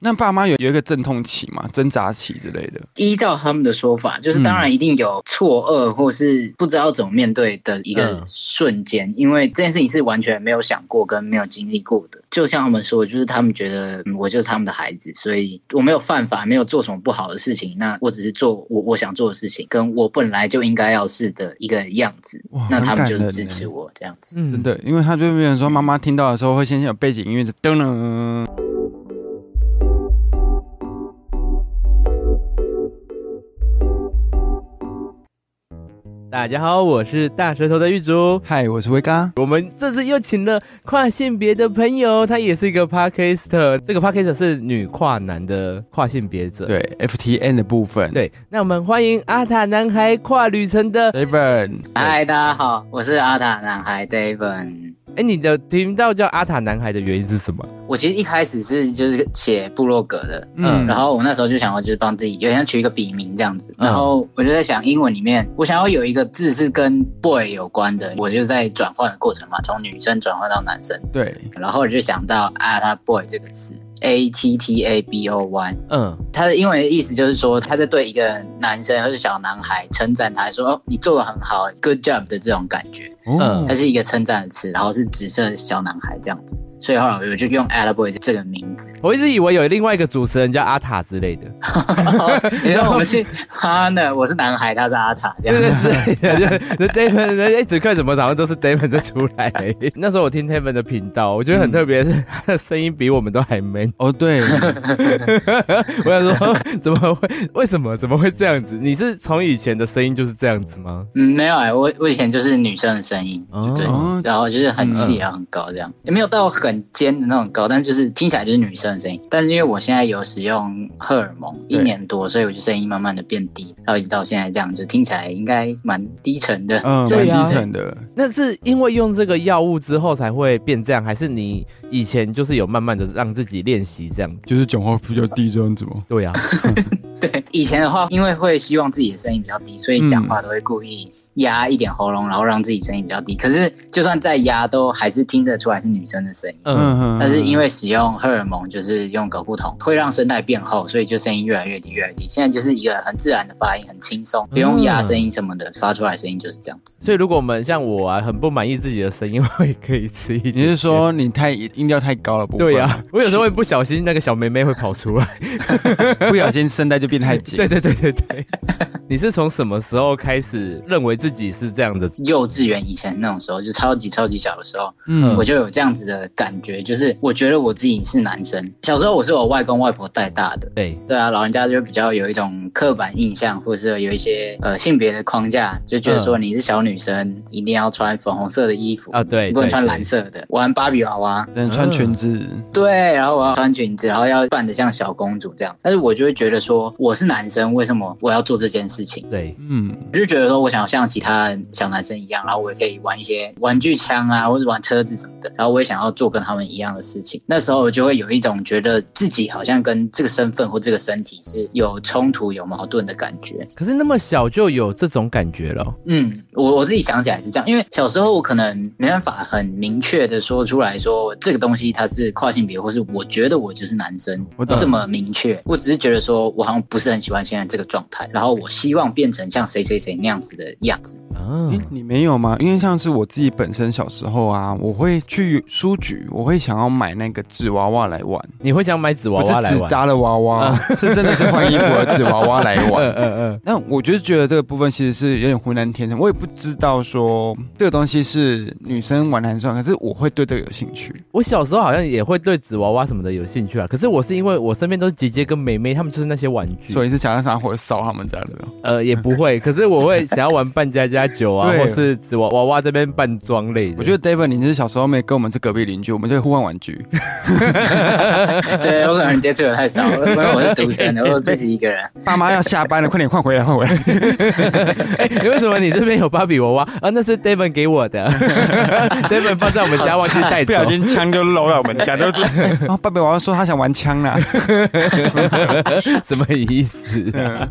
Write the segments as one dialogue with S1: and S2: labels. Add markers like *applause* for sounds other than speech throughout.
S1: 那爸妈有有一个阵痛期嘛，挣扎期之类的。
S2: 依照他们的说法，就是
S1: 嗯
S2: 当然一定有错愕或是不知道怎么面对的一个
S3: 嗯
S2: 瞬间，因为这件事情是完全没有想过跟没有经历过的。就像他们说，就是他们觉得、嗯我就是他们的孩子，所以我没有犯法，没有做什么不好的事情，那我只是做我我想做的事情，跟我本来就应该要是的一个样子
S1: 哇。
S2: 那他们就
S1: 很感
S2: 是
S1: 人
S2: 支
S1: 欸
S2: 持我这样子。
S3: 嗯
S1: 真的，因为他就变成说，妈妈听到的时候会先有背景音乐的噔噔。
S3: 大家好，我是大舌头的玉竹。
S1: 嗨，我是维嘎，
S3: 我们这次又请了跨性别的朋友，他也是一个 podcaster，这个 podcaster 是女跨男的跨性别者。
S1: 对 FTN 的部分，
S3: 对，那我们欢迎阿塔男孩跨旅程的。
S1: ，Seven，
S2: 嗨，大家好，我是阿塔男孩 David。
S3: 哎，你的频道叫阿塔男孩的原因是什么？
S2: 我其实一开始是就是写部落格的，
S1: 嗯，
S2: 然后我那时候就想要就是帮自己有点像取一个笔名这样子，然后我就在想英文里面我想要有一个字是跟 boy 有关的，我就在转换的过程嘛，从女生转换到男生，
S1: 对，
S2: 然后我就想到 atta boy 这个词，a t t a b o y，
S3: 嗯，
S2: 它的英文的意思就是说他在对一个男生或是小男孩称赞他说哦你做的很好，good job 的这种感觉，
S3: 嗯
S1: 哦
S2: 它是一个称赞的词，然后是紫色小男孩这样子，所以后来我就用 atta boy 这个名
S1: *laughs*
S2: 字。
S3: 我一直以为有另外一个主持人叫阿塔之类的， *laughs*
S2: 你说我们是哈呢？我是男孩，他是阿塔，这
S3: 对
S2: 样。
S3: 对对，就 David 人哎，此刻怎么好像都是 David 在出来？那时候我听 David 的频道，我觉得很特别，是 *laughs* 他的声音比我们都还 man。
S1: 哦，
S3: *laughs*
S1: 对，
S3: 我想说， *laughs* 怎么会？为什么？怎么会这样子？你是从以前的声音就是这样子吗？
S2: 嗯，没有哎、我我以前就是女生的声音，
S3: 哦
S2: 对
S1: 哦，
S2: 然后就是很细，然后很高，这样也没有到很尖的那种高，但就是听起来就是女生的声音。但是因为我现在有使用荷尔蒙一
S1: 对
S2: 年多，所以我就声音慢慢的变低，然后一直到现在这样，就听起来应该蛮低沉的。
S1: 嗯，蛮
S3: 对啊
S1: 低沉的，
S3: 那是因为用这个药物之后才会变这样，还是你以前就是有慢慢的让自己练习这样？
S1: 就是讲话比较低这样子吗？
S3: 对呀、啊
S2: 对，以前的话，因为会希望自己的声音比较低，所以讲话都会故意压一点喉咙，然后让自己声音比较低。可是就算再压，都还是听得出来是女生的声音。
S3: 嗯，
S1: 嗯
S2: 但是因
S1: 为
S2: 为使用荷尔蒙，就是用睾固酮，会让声带变厚，所以就声音越来越低，越来越低。现在就是一个很自然的发音，很轻
S1: 嗯
S2: 松，不用压声音什么的，发出来声音就是这样子。
S3: 所以如果我们像我啊，很不满意自己的声音，我也可以吃一点。
S1: 你是啊说你太音调太高了部分，
S3: 对呀、啊我有时候会不小心那个小妹妹会跑出来。
S1: 不小心声带就 *laughs* 变太紧，
S3: *laughs* 对对对对对，你是从什么时候开始认为自己是这样的？
S2: 幼稚园以前那种时候，就超级超级小的时候，
S1: 嗯
S2: 我就有这样子的感觉，就是我觉得我自己是男生。小时候我是我外公外婆带大的，
S3: 对，
S2: 对啊，老人家就比较有一种刻板印象，或是有一些呃性别的框架，就觉得
S3: 嗯
S2: 说你是小女生，一定要穿粉红色的衣服
S3: 啊对
S2: 不能
S3: 对
S2: 穿
S3: 对
S2: 蓝色的，玩芭比娃娃，
S1: 只能
S3: 嗯
S1: 穿裙子，
S2: 对，然后我要穿裙子，然后要扮得像小公主这样。但是我就会觉得说我是男生，为什么我要做这件事情？
S3: 对，
S1: 嗯，
S2: 我就觉得说我想要像其他小男生一样，然后我也可以玩一些玩具枪啊，或者玩车子什么的，然后我也想要做跟他们一样的事情。那时候我就会有一种觉得自己好像跟这个身份或这个身体是有冲突、有矛盾的感觉。
S3: 可是那么小就有这种感觉了哦，
S2: 嗯，我我自己想起来是这样，因为小时候我可能没办法很明确的说出来说这个东西它是跨性别，或是我觉得我就是男生
S1: 我，懂
S2: 这么明确。我只是觉得说我好像不是很喜欢现在这个状态，然后我希望变成像谁谁谁那样子的样子。
S3: 啊
S1: 诶，你没有吗？因为像是我自己本身小时候啊，我会去书局，我会想要买那个纸娃娃来玩，
S3: 你会想买纸娃
S1: 不是
S3: 娃来
S1: 纸
S3: 玩？
S1: 扎的娃娃， *laughs* 是真的是换衣服的纸娃娃来玩 *laughs*
S3: 嗯。嗯嗯，
S1: 但我就是觉得这个部分其实是有点浑然天成，我也不知道说这个东西是女生玩男生玩，可是我会对这个有兴趣。
S3: 我小时候好像也会对纸娃娃什么的有兴趣啊，可是我是因为我身边都是姐姐跟妹妹，她们就是那些玩具，
S1: 所
S3: 以
S1: 以是想要拿火烧他们这样子。
S3: 呃也不
S1: *laughs*
S3: 会。可是我会想要玩扮家家酒啊，
S1: 对
S3: 或是纸娃娃娃这边扮装类的。
S1: 我觉得 David，你是小时候没跟我们是隔壁邻居，我们就互换玩具。
S2: 对我可能接触的太少了，因为我是独生的，我自己一个人。
S1: 爸妈要下班了，快点换回来，换回
S3: *laughs*
S1: 来。
S3: 你为什么你这边有芭比娃 *laughs* 娃啊？那是 David 给我的 *laughs* ，David 放在我们家忘记带
S1: 不
S3: 走。
S1: 小
S3: *laughs*
S1: 心枪就 *laughs* 漏到我们家，都是。然后爸爸娃娃说他想玩枪啦。
S3: 什么意思、啊？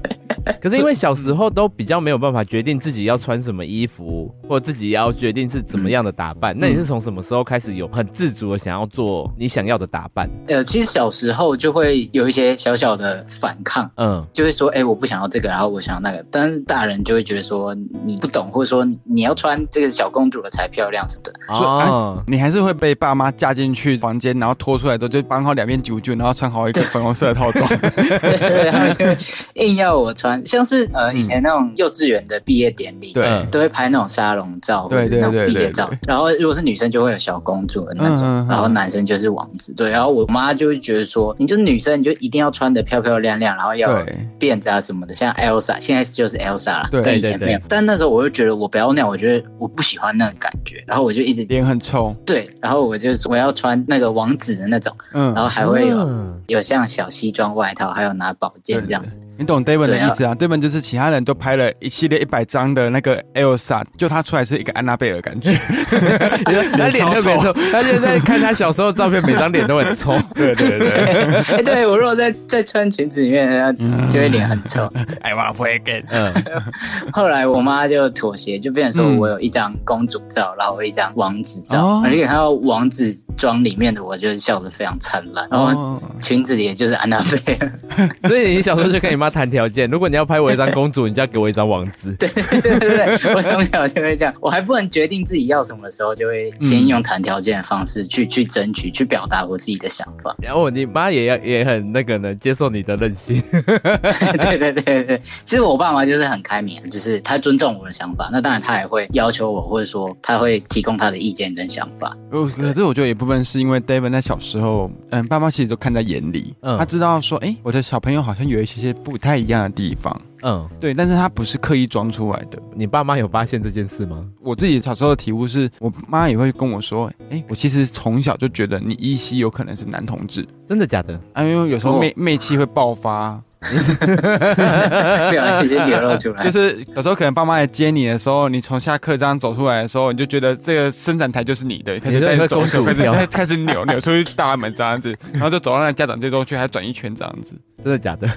S3: 可是因为小时候都比较没有办法决定自己要穿什么衣服，或自己要决定是怎么样的打扮。那你是从什么时候开始有很自主的想要做你想要的打扮？
S2: 呃，其实小时候就会有一些小小的反抗，
S3: 嗯，
S2: 就会说，哎、我不想要这个，然后我想要那个。但是大人就会觉得说，你不懂，或者说你要穿这个小公主的才漂亮什么的。
S1: 所以 *laughs*
S3: 哦，
S1: 你还是会被爸妈架进去房间，然后拖出来之后就绑好两面啾啾，然后穿好一个粉红色的套装。
S2: 对，他们就会硬要我穿，像是呃以前那种幼稚园的毕业典礼，
S1: *laughs* 对
S3: 嗯
S2: 都会拍那种沙龙照，
S1: 对
S2: 或是那种毕业照
S1: 对对对对。
S2: 然后如果是女生就会有小公主的那种，
S1: 嗯嗯嗯
S2: 然后男生就是王子。对，然后我妈就会觉得说，你就女生你就一定要穿的漂漂亮亮，然后要有
S1: 对
S2: 辫子啊什么的，像 Elsa，现在就是 Elsa 啦，
S1: 对
S2: 但以前
S3: 对对
S2: 没有。但那时候我就觉得我不要那样，我觉得我不喜欢那种感觉，然后我就一直
S1: 脸很臭，
S2: 对，然后我就我要穿那个王子的那种，
S1: 嗯
S2: 然，后还会有。
S3: 嗯
S2: 有像小西装外套，还有拿宝剑这样子。
S1: 你懂 David 的
S2: 对啊
S1: 意思啊？David 就是其他人都拍了一系列一百张的那个 Elsa，就他出来是一个安娜贝尔感觉。
S3: 他脸特
S1: 超
S3: 别臭，嗯他现在看他小时候的照片，每张脸都很 *laughs* 臭。
S1: *laughs* 对对对， *laughs* 嗯
S2: 哎、 *laughs* 对我如果在在穿裙子里面，然后就会脸很臭。
S1: 哎，我 play again。
S3: 嗯，
S2: *laughs* 后来我妈就妥协，就变成说
S1: 嗯
S2: 我有一张公主照，然后我有一张王子照
S1: 哦，
S2: 而且看到王子装里面的我，就是笑得非常灿烂，然后
S1: 哦，
S2: 裙子里也就是安娜贝尔。
S1: *laughs*
S3: 所以你小时候就跟你妈谈条件，如果你要拍我一张公主，你就要给我一张王子。 *laughs* 对，
S2: 对对对，对我从小就会这样，我还不能决定自己要什么的时候，就会先用谈条件的方式去、
S1: 嗯
S2: 去争取，去表达我自己的想法。 *laughs*
S3: 然后哦你妈也要也很那个呢，接受你的任性。
S2: 对对对对对，其实我爸妈就是很开明，就是他尊重我的想法，那当然他也会要求我，或者说他会提供他的意见跟想法。
S1: 呃可是我觉得有一部分是因为 David 在小时候，嗯，爸妈其实都看在眼里，
S3: 嗯
S1: 他知道说，哎，我的小朋友好像有一些些不太一样的地方，
S3: 嗯，
S1: 对，但是他不是刻意装出来的。
S3: *laughs* 你爸妈有发现这件事吗？
S1: 我自己小时候的体悟是，我妈也会跟我说，哎，我其实从小就觉得你依稀有可能是男同志，
S3: 真的假的？
S1: 啊，因为有时候
S2: 哦
S1: 媚媚气会爆发，
S2: 不小心就流露出来，
S1: 就是有时候可能爸妈来接你的时候，你从下课这样走出来的时候，你就觉得这个伸展台就是你的，开始
S3: 在
S1: 在
S3: 那
S1: 走
S3: 公主
S1: 走开始
S3: 跳
S1: 开始开始扭 *laughs* 扭出去大门这样子，然后就走到那家长这周去，还转一圈这样子。
S3: 真的假的？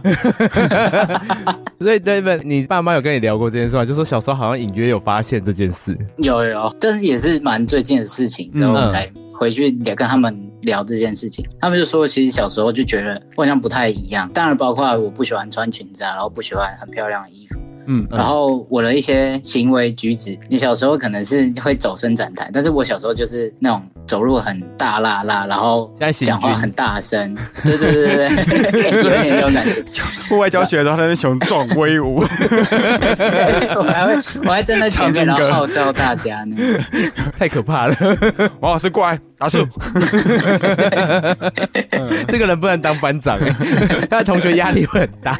S3: *laughs* 所以 David，你爸妈有跟你聊过这件事吗？就说小时候好像隐约有发现这件事。 *laughs*
S2: 有有，但是也是蛮最近的事情，之后
S3: 嗯
S2: 我才回去聊跟他们聊这件事情。他们就说，其实小时候就觉得我好像不太一样，当然包括我不喜欢穿裙子啊，然后不喜欢很漂亮的衣服，
S1: 嗯，
S3: 嗯
S2: 然后我的一些行为举止，你小时候可能是会走伸展台，但是我小时候就是那种走路很大啦啦，然后
S3: 现在行军
S2: 讲话很大声，对对对对对，有点那种感觉。
S1: 户外教学的时候，他在那边雄壮威
S2: *laughs*
S1: 武，
S2: 我还会我还站在前面，
S1: 唱
S2: 然
S1: 军歌
S2: 后号召大家呢。
S3: 太可怕了！ *laughs*
S1: 王老师过来打树。
S3: 这个人不能当班长、欸， *laughs* 他的同学压力会很大。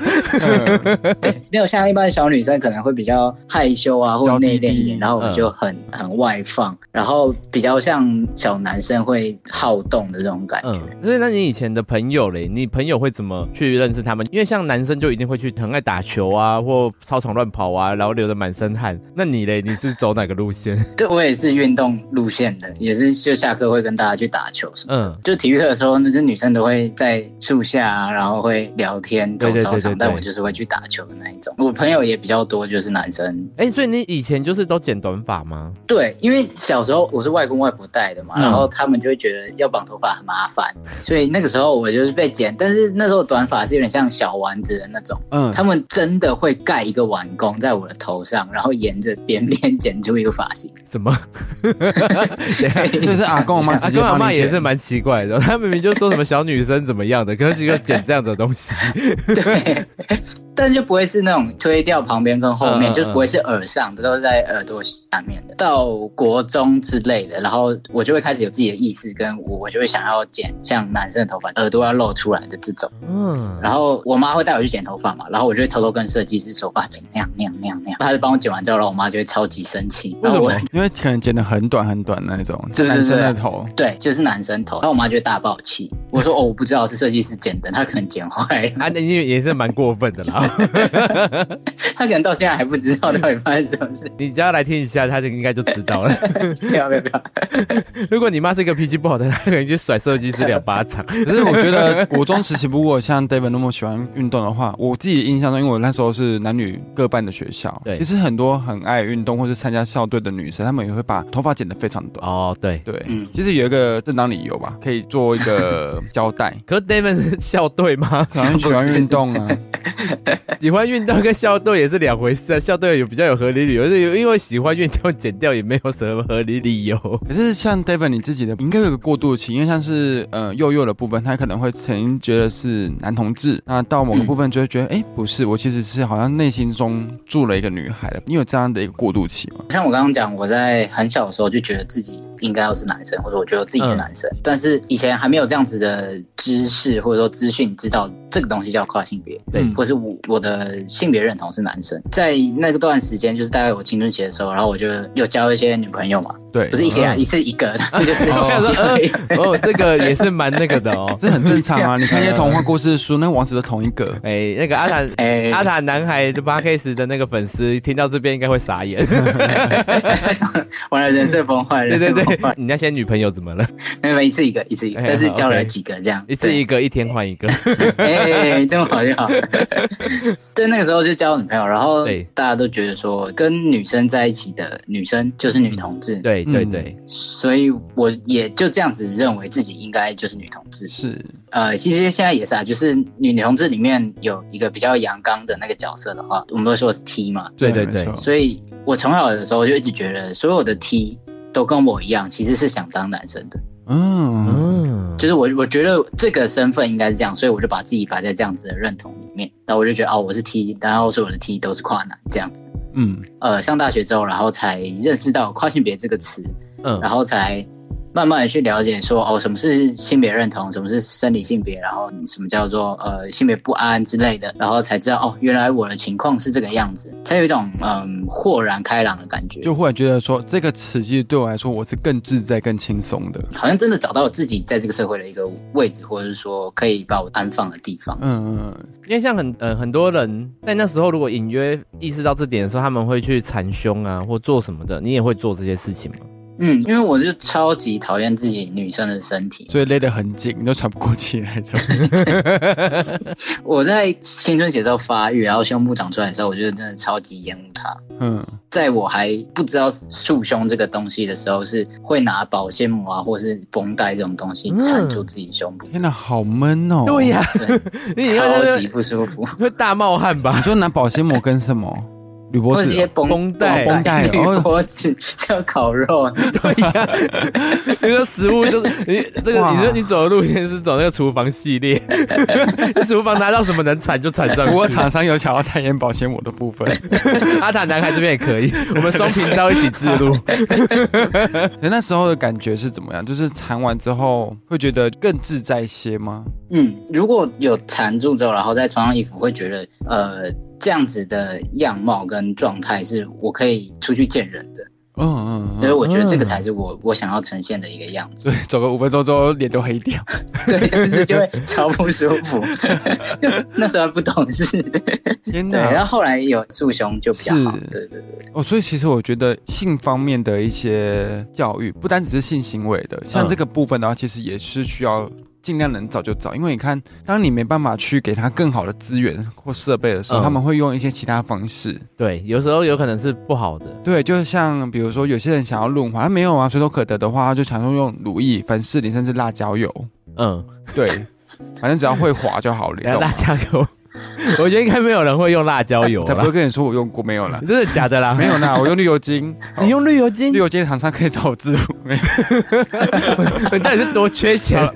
S2: 没有像一般小女生可能会比较害羞啊，或者
S1: 娇滴
S2: 内敛一点，
S1: 滴
S2: 然后
S3: 嗯
S2: 我就很、很外放，然后比较像小男生会好动的这种感觉。
S3: 嗯，所以那你以前的朋友嘞，你朋友会怎么去认识他们？因为像男生就一定会去很爱打球啊，或操场乱跑啊，然后流着满身汗。那你嘞，你是走哪个路线？
S2: 对我也是运动路线的，也是就下课会跟大家去打球什么。
S3: *laughs* 嗯，
S2: 就体育课的时候，那就女生都会在树下、啊，然后会聊天、走
S3: 对对对
S2: 操
S3: 对对
S2: 场，但我就是会去打球的那一种。我朋友也比较多，就是男生。
S3: 哎、所以你以前就是都剪短发吗？
S2: 对，因为小时候我是外公外婆带的嘛，
S3: 嗯
S2: 然后他们就会觉得要绑头发很麻烦，所以那个时候我就是被剪，但是那时候短发是有点像小丸子的那种，
S1: 嗯，
S2: 他们真的会盖一个碗弓在我的头上，然后沿着边边剪出一个发型。
S1: *laughs*
S3: 什么？等一下
S1: 这是阿公阿妈
S3: 阿
S1: 直接
S3: 公阿
S1: 帮
S3: 妈
S1: 你
S3: 也
S1: 剪
S3: 是蛮奇怪的， *laughs* 他明明就说什么小女生怎么样的，可是就要剪这样的东
S1: *laughs*
S3: 西。
S2: 对，但就不会是那种推掉旁边跟后面，
S3: 嗯嗯
S2: 就不会是耳上的，都是在耳朵下面的。到国中之类的，然后我就会开始有自己的意识，跟我我就会想要剪像男生的头发，耳朵要露出来的这种。
S3: 嗯，
S2: 然后我妈会带我去剪头发嘛，然后我就会偷偷跟设计师说啊，剪那样那样那样那样。她就帮我剪完之后，然后我妈就会超级生气。
S3: 为
S2: 然
S3: 什
S2: 后
S3: 么
S2: 我？
S1: 因为可能剪得很短很短那种，
S2: 对对
S1: 男生
S2: 对
S1: 的头。
S2: *laughs* 对，就是男生头，然后我妈就会大爆气。我说哦，我不知道是设计师剪的，她可能剪坏了。
S3: 啊，那你也是蛮过分的啦。 *laughs*
S2: 他可能到现在还不知道到底发生什么事。 *laughs*
S3: 你只要来听一下，他就应该就知道了。 *laughs*
S2: 不要不要不要！
S3: 如果你妈是一个脾气不好的人，她可能就甩设计师两巴
S1: *laughs*
S3: 掌。
S1: 可是我觉得国中时期，如果像 David 那么喜欢运动的话，我自己印象中，因为我那时候是男女各半的学校，
S3: 对
S1: 其实很多很爱运动或是参加校队的女生，她们也会把头发剪得非常短。
S3: 哦，对。
S1: 对，
S2: 嗯
S1: 其实有一个正当理由吧，可以做一个交
S3: *laughs*
S1: 代。
S3: 可是 David 是校队吗？ *laughs*
S1: 可能喜欢运动啊，
S3: 喜欢运动跟校队也是两回事啊。校队有比较有合理理由，是因为喜欢运动减掉也没有什么合理理由。
S1: 可是像 David 你自己的，应该有个过渡期，因为像是呃幼幼的部分，他可能会曾经觉得是男同志，那到某个部分就会觉得，
S3: 嗯
S1: 哎、不是，我其实是好像内心中住了一个女孩了。你有这样的一个过渡期吗？
S2: 像我刚刚讲，我在很小的时候就觉得自己应该要是男生，或者我觉得我自
S3: 嗯
S2: 己是男生，但是以前还没有这样子的知识或者说资讯，知道这个东西叫跨性别，
S3: 对
S2: 或是我我的性别认同是男生。在那段时间，就是大概我青春期的时候，然后我就有交一些女朋友嘛，
S1: 对
S2: 不，是一些啊，一次一个， *laughs* 但是就是
S3: 我想嗯哦说，
S2: 有有
S3: 呃，哦，这个也是蛮那个的哦。
S1: 这很正常啊。你看一些童话故事的书，那王子都同一个。
S3: 哎，那个阿塔，
S2: 哎
S3: 阿塔男孩的八 K 时的那个粉丝听到这边应该会傻眼。
S2: *laughs* 完了人设崩坏，人
S3: *laughs* 对
S2: 设
S3: 对
S2: 崩
S3: 对
S2: 坏，，
S3: 你那些女朋友怎么了？
S2: 没有没有一次一个，一次一个，
S3: 哎
S2: 但是
S3: 好
S2: 交了
S3: OK
S2: 几个这样，
S3: 一次一个，一天换一个。
S2: 哎，这么好
S3: *laughs*
S2: 就好。对，那个时候就交女朋友，然后
S3: 对
S2: 大家都觉得说，跟女生在一起的女生就是女同志，，
S3: 对对
S1: 嗯
S3: 对，
S2: 所以我也就这样子认为自己应该就是女同志。
S1: 是，
S2: 呃，其实现在也是啊，就是女女同志里面有一个比较阳刚的那个角色的话，我们都说是 T 嘛，
S3: 嗯对对对
S1: 没错
S2: 所以我从小的时候就一直觉得所有的 T 都跟我一样，其实是想当男生的。
S1: 嗯，
S3: 嗯，
S2: 就是我我觉得这个身份应该是这样，所以我就把自己摆在这样子的认同里面。然后我就觉得哦，我是 T，然后所有的 T 都是跨男这样子。
S1: 嗯，
S2: 呃，上大学之后，然后才认识到跨性别这个词，
S3: 嗯
S2: 然后才慢慢的去了解说哦，什么是性别认同，什么是生理性别，然后什么叫做呃性别不安之类的，然后才知道哦，原来我的情况是这个样子，才有一种嗯豁然开朗的感觉，
S1: 就忽然觉得说这个词其实对我来说，我是更自在、更轻松的。
S2: 好像真的找到自己在这个社会的一个位置，或者是说可以把我安放的地方。
S1: 嗯嗯嗯，
S3: 因为像很呃很多人在那时候如果隐约意识到这点的时候，他们会去缠胸啊或做什么的，你也会做这些事情吗？
S2: 嗯，因为我就超级讨厌自己女生的身体。
S1: 所以勒得很紧，你都喘不过气来这种。
S2: 我在青春期的时候发育，然后胸部长出来的时候，我觉得真的超级厌恶它。
S1: 嗯，
S2: 在我还不知道束胸这个东西的时候，是会拿保鲜膜啊，或是绷带这种东西缠住自己胸部，
S1: 天哪，好闷哦。
S3: 对呀、 *laughs* 你
S1: 嗯
S3: 应该
S2: 超
S3: 在
S2: 级不舒服。
S3: 那会大冒汗吧
S1: 你？说拿保鲜膜跟什么？铝箔
S2: 或是一
S1: 纸
S2: 些
S1: 哦？
S2: 绷
S3: 绷带
S1: 绷
S2: *laughs*
S1: 带哦
S2: 铝箔纸，叫烤肉，啊
S3: 对呀、你说食物就是你这个，
S1: 哇
S3: 你说你走的路线是走那个厨房系列， *laughs* 厨房拿到什么能缠就缠上去。
S1: 不过厂商有想要代言保鲜膜的部分。
S3: 阿塔男孩这边也可 *laughs* 以，我们双频道一起自录。
S1: 你那时候的感觉是怎么样？就是缠完之后会觉得更自在一些吗？
S2: 嗯，如果有缠住之后，然后再穿上衣服，会觉得呃，这样子的样貌跟状态是我可以出去见人的，
S1: 嗯嗯
S2: 所以
S1: 嗯，
S2: 我觉得这个才是我我想要呈现的一个样子。 *laughs*
S1: 对，走个五分钟之后脸都黑掉。
S2: 对，但是就会 *laughs* 超不舒服， *laughs* 那时候还不懂事。
S1: 天
S2: 对，然
S1: 哪！
S2: 后后来有束胸就比较好
S1: 是。
S2: 对对对，
S1: 哦，所以其实我觉得性方面的一些教育，不单只是性行为的，像
S3: 嗯
S1: 这个部分的话，其实也是需要。尽量能早就早，因为你看，当你没办法去给他更好的资源或设备的时候，
S3: 嗯
S1: 他们会用一些其他方式。
S3: *laughs* 对，有时候有可能是不好的。
S1: 对，就像比如说，有些人想要润滑，他没有啊，随手可得的话，他就想说用乳液、凡士林，甚至辣椒
S3: *laughs*
S1: 油。
S3: 嗯，
S1: 对，反正只要会滑就好了，你
S3: 然后
S1: 懂
S3: *laughs* 辣
S1: 吗？
S3: 椒油，啊我觉得应该没有人会用辣椒油 *laughs*
S1: 才不会
S3: 啦。
S1: 跟你说我用过没有
S3: *laughs*
S1: 啦，
S3: 真的假的啦？
S1: 没有啦，我用绿油精。
S3: *laughs*
S1: 哦
S3: 你用绿油 *laughs* 精
S1: 绿，油精厂商可以找我支付，没有
S3: 你到底是多缺钱？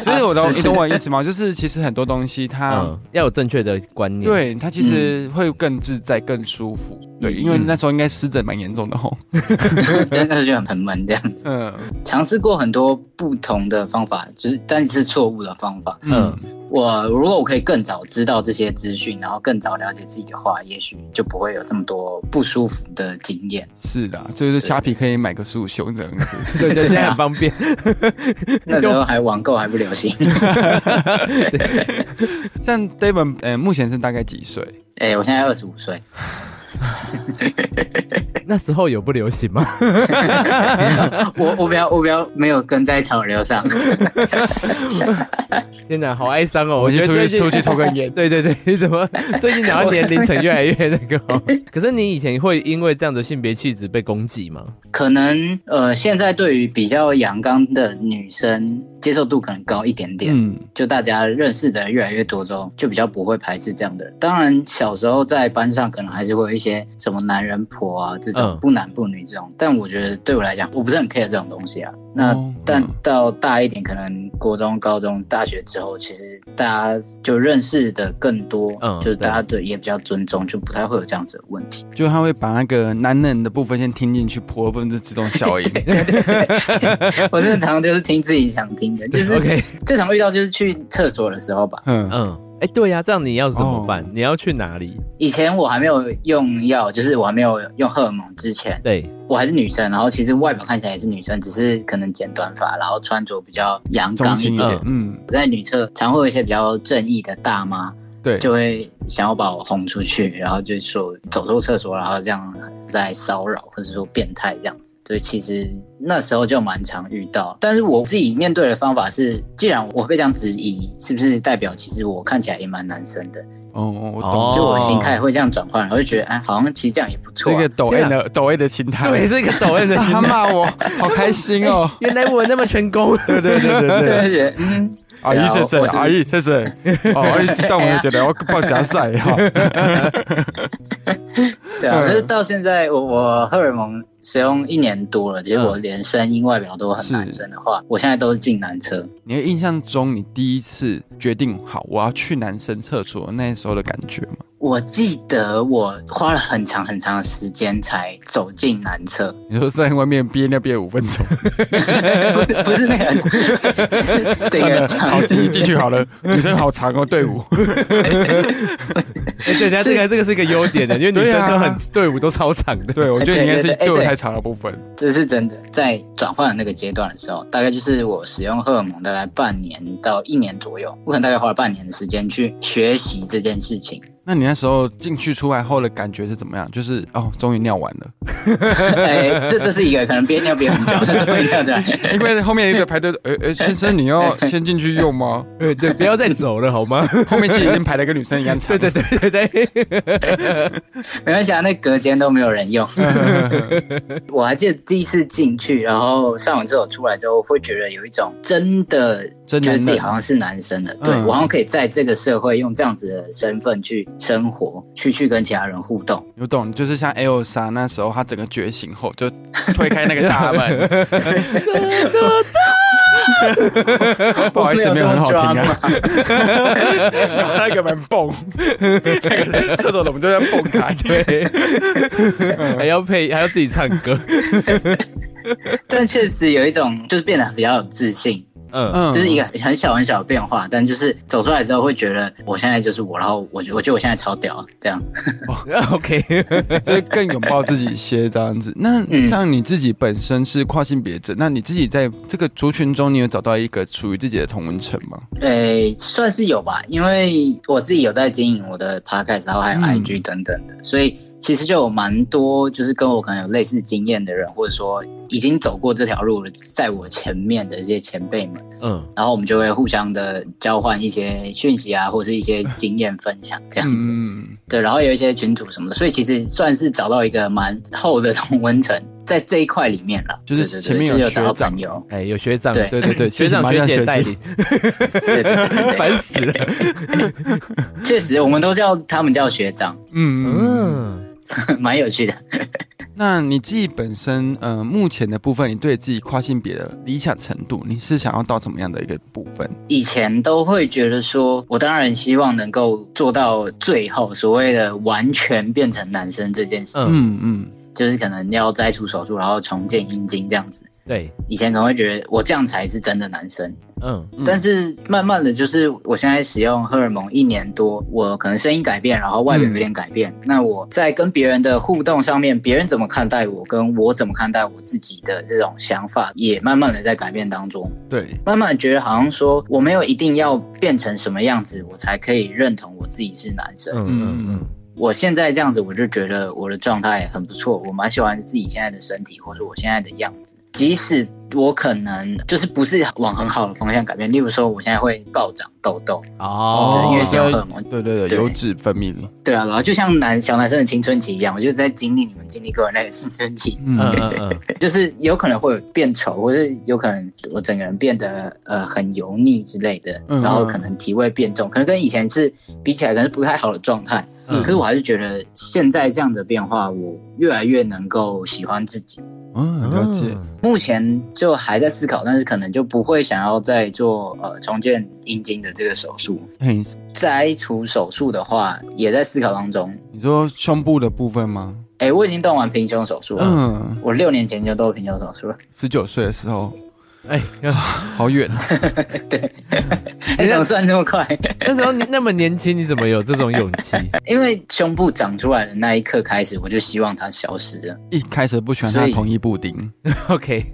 S1: 所以我懂你懂我的意思吗？ *laughs* 就是其实很多东西它
S3: 嗯，要有正确的观念。，
S1: 对它其实会更自在、更舒服。对，因为那时候应该湿疹蛮严重的哦吼。
S2: 真的 *laughs* 就很很闷这样子。
S1: 嗯
S2: 尝试过很多不同的方法，就是但是错误的方法。
S1: 嗯，
S2: 我如果我可以更早知道这些资讯，然后更早了解自己的话，也许就不会有这么多不舒服的经 *laughs* 验。
S1: 是的，所以说虾皮可以买个束胸这样子。
S3: 对对，现
S2: 对啊
S3: 在很方便。 *laughs*
S2: 那时候还网购还不流行， *laughs*
S1: 像 David，呃，目前是大概几岁？
S2: 哎、我现在二十五 *laughs* 岁，
S3: 那时候有不流行吗？
S2: 我我比较我比较没有跟在潮流上，
S3: 天哪，好哀伤哦！我
S1: 你
S3: 觉得
S1: 出
S3: 最
S1: 去
S3: 近，
S1: 出去抽根烟
S3: *laughs* 对对对，你怎 *laughs* 么最近两个年龄层越来越那个 *laughs* 哦、可是你以前会因为这样的性别气质被攻击吗？
S2: 可能呃现在对于比较阳刚的女生接受度可能高一点点，
S1: 嗯，
S2: 就大家认识的越来越多之后，就比较不会排斥这样的人。当然，小时候在班上可能还是会有一些什么男人婆啊这种
S3: 嗯
S2: 不男不女这种，但我觉得对我来讲，我不是很 care 这种东西啊。那、
S1: 哦
S2: 但
S1: 嗯
S2: 到大一点，可能国中、高中、大学之后，其实大家就认识的更多，
S3: 嗯
S2: 就是大家对也比较尊重，就不太会有这样子的问
S1: *laughs*
S2: 题。
S1: 就他会把那个男人的部分先听进去，婆的部分是自动消音。
S2: 我正常常就是听自己想听的，就是
S3: *laughs* OK，
S2: 最常遇到就是去厕所的时候吧。
S1: 嗯，
S3: 嗯，哎、对呀、这样你要怎么办？
S1: 哦
S3: 你要去哪里？
S2: 以前我还没有用药，就是我还没有用荷尔蒙之前，
S3: 对，
S2: 我还是女生，然后其实外表看起来也是女生，只是可能剪短发，然后穿着比较阳
S1: 中
S2: 刚一
S1: 性一
S2: 点。
S1: 点，嗯，
S2: 我在女厕常会有一些比较正义的大妈，
S1: 对，
S2: 就会想要把我轰出去，然后就说走错厕所，然后这样在骚扰或者说变态这样子。所以其实那时候就蛮常遇到，但是我自己面对的方法是，既然我被这样质疑，是不是代表其实我看起来也蛮男生的？
S1: 哦，哦我
S3: 哦
S1: 懂。
S2: 就我心态会这样转换，然后就觉得哎，好像其实这样也不错、
S1: 这
S2: 啊。
S1: 个抖 A 的抖 A 的心态，
S3: 对，这个抖 M 的
S1: 啊
S3: 心
S1: *laughs* 他
S3: 态，
S1: 骂我，好开心哦！
S3: 原来我那么成功。
S1: 对对对对
S2: 对，
S1: 对，啊
S2: 就觉得 *laughs* 嗯，
S1: 阿姨谢谢，
S2: 我是
S1: 阿姨谢 *laughs* 谢。哦，阿姨但我也觉得我爆假赛哈。
S2: 对啊。
S1: 嗯
S2: 可是到现在，我我荷尔蒙使用一年多了，其实
S1: 嗯
S2: 我连声音、外表都很男生的话，我现在都是进男车。
S1: *laughs* 你的印象中，你第一次决定好我要去男生厕所那时候的感觉吗？
S2: 我记得我花了很长很长的时间才走进男厕，
S1: 你说在外面憋尿憋五分 *laughs* 钟，
S2: *laughs* 不是不是那个，
S1: *laughs*
S2: 是这个
S1: 好
S2: 长时
S1: 进
S2: 间
S1: 进去好 *laughs* 了。女生好长哦，队伍。
S3: 哎、等一下，这个这个是一个优点的，因为女
S1: 对
S3: 生
S1: 啊
S3: 都很、队伍都超长的。
S1: *laughs* 对，我觉得应该是
S2: 对对对
S1: 队伍
S2: 对
S1: 太长的部分。
S2: *laughs* 这是真的。在转换的那个阶段的时候，大概就是我使用荷尔蒙大概半年到一年左右，我可能大概花了半年的时间去学习这件事情。
S1: 那你那时候进去出来后的感觉是怎么样？就是哦，终于尿完了，
S2: 哎，这这是一个可能憋尿憋很久，这会尿出来。
S1: 因为后面一直排队。呃呃，先生，你 *laughs* 要先进去用吗？
S3: 对对，不要再走了好吗？
S1: 后面其实已经排的跟女生一样长。
S3: 对对对对对，
S2: 没关系啊，那隔间都没有
S1: *laughs*
S2: 人用。我还记得第一次进去，然后上完厕所出来之后，会觉得有一种真的
S1: 真
S2: 觉
S1: 男
S2: 得
S1: 人
S2: 自己好像是男生了，对
S1: 嗯
S2: 我好像可以在这个社会用这样子的身份去生活，去去跟其他人互动。
S1: 我懂，就是像 L 莎那时候，她整个觉醒后就推开那个大门， *laughs* *laughs* 不好意思，没有很好听啊，然后那个门蹦，那个厕所龙就在蹦开，对，
S3: 还要配，还要自己唱歌。
S2: 但确实有一种就是变得比较有自信，
S3: 嗯，
S1: 嗯
S2: 就是一个很小很小的变化，但就是走出来之后会觉得我现在就是我，然后我觉我觉得我现在超屌，啊这样。
S3: OK，
S1: 就是更拥抱自己一些这样子。那
S2: 嗯
S1: 像你自己本身是跨性别者，那你自己在这个族群中，你有找到一个属于自己的同文层吗？
S2: 诶、算是有吧，因为我自己有在经营我的 podcast，然后还有
S1: 嗯
S2: IG 等等的，所以其实就有蛮多就是跟我可能有类似经验的人，或者说已经走过这条路了，在我前面的一些前辈们，
S3: 嗯，
S2: 然后我们就会互相的交换一些讯息啊，或是一些经验分享这样子。
S1: 嗯，
S2: 对，然后有一些群主什么的，所以其实算是找到一个蛮厚的同温层，在这一块里面了，
S1: 就是
S2: 对对对
S1: 前面有
S2: 就是有找到
S1: 学长
S2: 朋友，
S3: 哎、有学长，
S2: 对
S1: 对对对，
S3: 学
S1: 谢谢
S3: 长
S1: 玛利
S3: 学
S1: 亚
S3: 姐带
S1: 姐
S3: 领，
S2: 对对对
S1: *laughs*
S2: 对对，
S3: 烦死了。
S2: 确实我们都叫他们叫学长，
S1: 嗯嗯。
S3: 嗯，
S2: *laughs* 蛮有趣的。
S1: 那你自己本身，呃，目前的部分，你对自己跨性别的理想程度，你是想要到怎么样的一个部分？
S2: 以前都会觉得说，我当然希望能够做到最后，所谓的完全变成男生这件事，
S3: 嗯
S1: 嗯嗯，
S2: 就是可能要摘除手术，然后重建阴茎这样子。
S3: 对，
S2: 以前可能会觉得我这样才是真的男生，
S3: 嗯
S1: 嗯
S2: 但是慢慢的就是我现在使用荷尔蒙一年多，我可能声音改变，然后外表有点改变。那我在跟别人的互动上面，别人怎么看待我，跟我怎么看待我自己的这种想法，也慢慢的在改变当中。
S1: 对，
S2: 慢慢觉得好像说我没有一定要变成什么样子，我才可以认同我自己是男生。
S3: 嗯嗯嗯，
S2: 我现在这样子，我就觉得我的状态很不错，我蛮喜欢自己现在的身体，或者我现在的样子。即使我可能就是不是往很好的方向改变，例如说我现在会暴长痘痘，
S3: 哦
S2: 对因为是
S1: 所
S2: 有
S1: 以
S2: 荷尔蒙
S1: 对对对，
S2: 对
S1: 油脂分泌，
S2: 对啊，然后就像男小男生的青春期一样，我就在经历你们经历过的那个青春期，
S1: 嗯，
S3: 嗯嗯嗯，
S2: 就是有可能会有变丑，或是有可能我整个人变得呃很油腻之类的，
S1: 嗯
S2: 然后可能体味变重，可能跟以前是比起来，可能是不太好的状态。
S3: 嗯
S2: 可是我还是觉得现在这样的变化，我越来越能够喜欢自己。
S1: 嗯，了解，
S2: 目前就还在思考，但是可能就不会想要再做呃重建阴茎的这个手术。
S1: 嘿，
S2: 摘除手术的话，也在思考当中。
S1: 你说胸部的部分吗？
S2: 哎，我已经动完平胸手术了，
S1: 嗯，
S2: 我六年前就动平胸手术了。
S1: 十九岁的时候，
S3: 哎，
S1: 好远啊， *laughs*
S2: 哎，怎么算这么快？
S3: 那时候你那么年轻，你怎么有这种勇
S1: *laughs*
S3: 气？
S2: 因为胸部长出来的那一刻开始，我就希望它消失了。
S1: 一开始不喜欢他
S2: 所以
S1: 同一布丁，
S3: OK，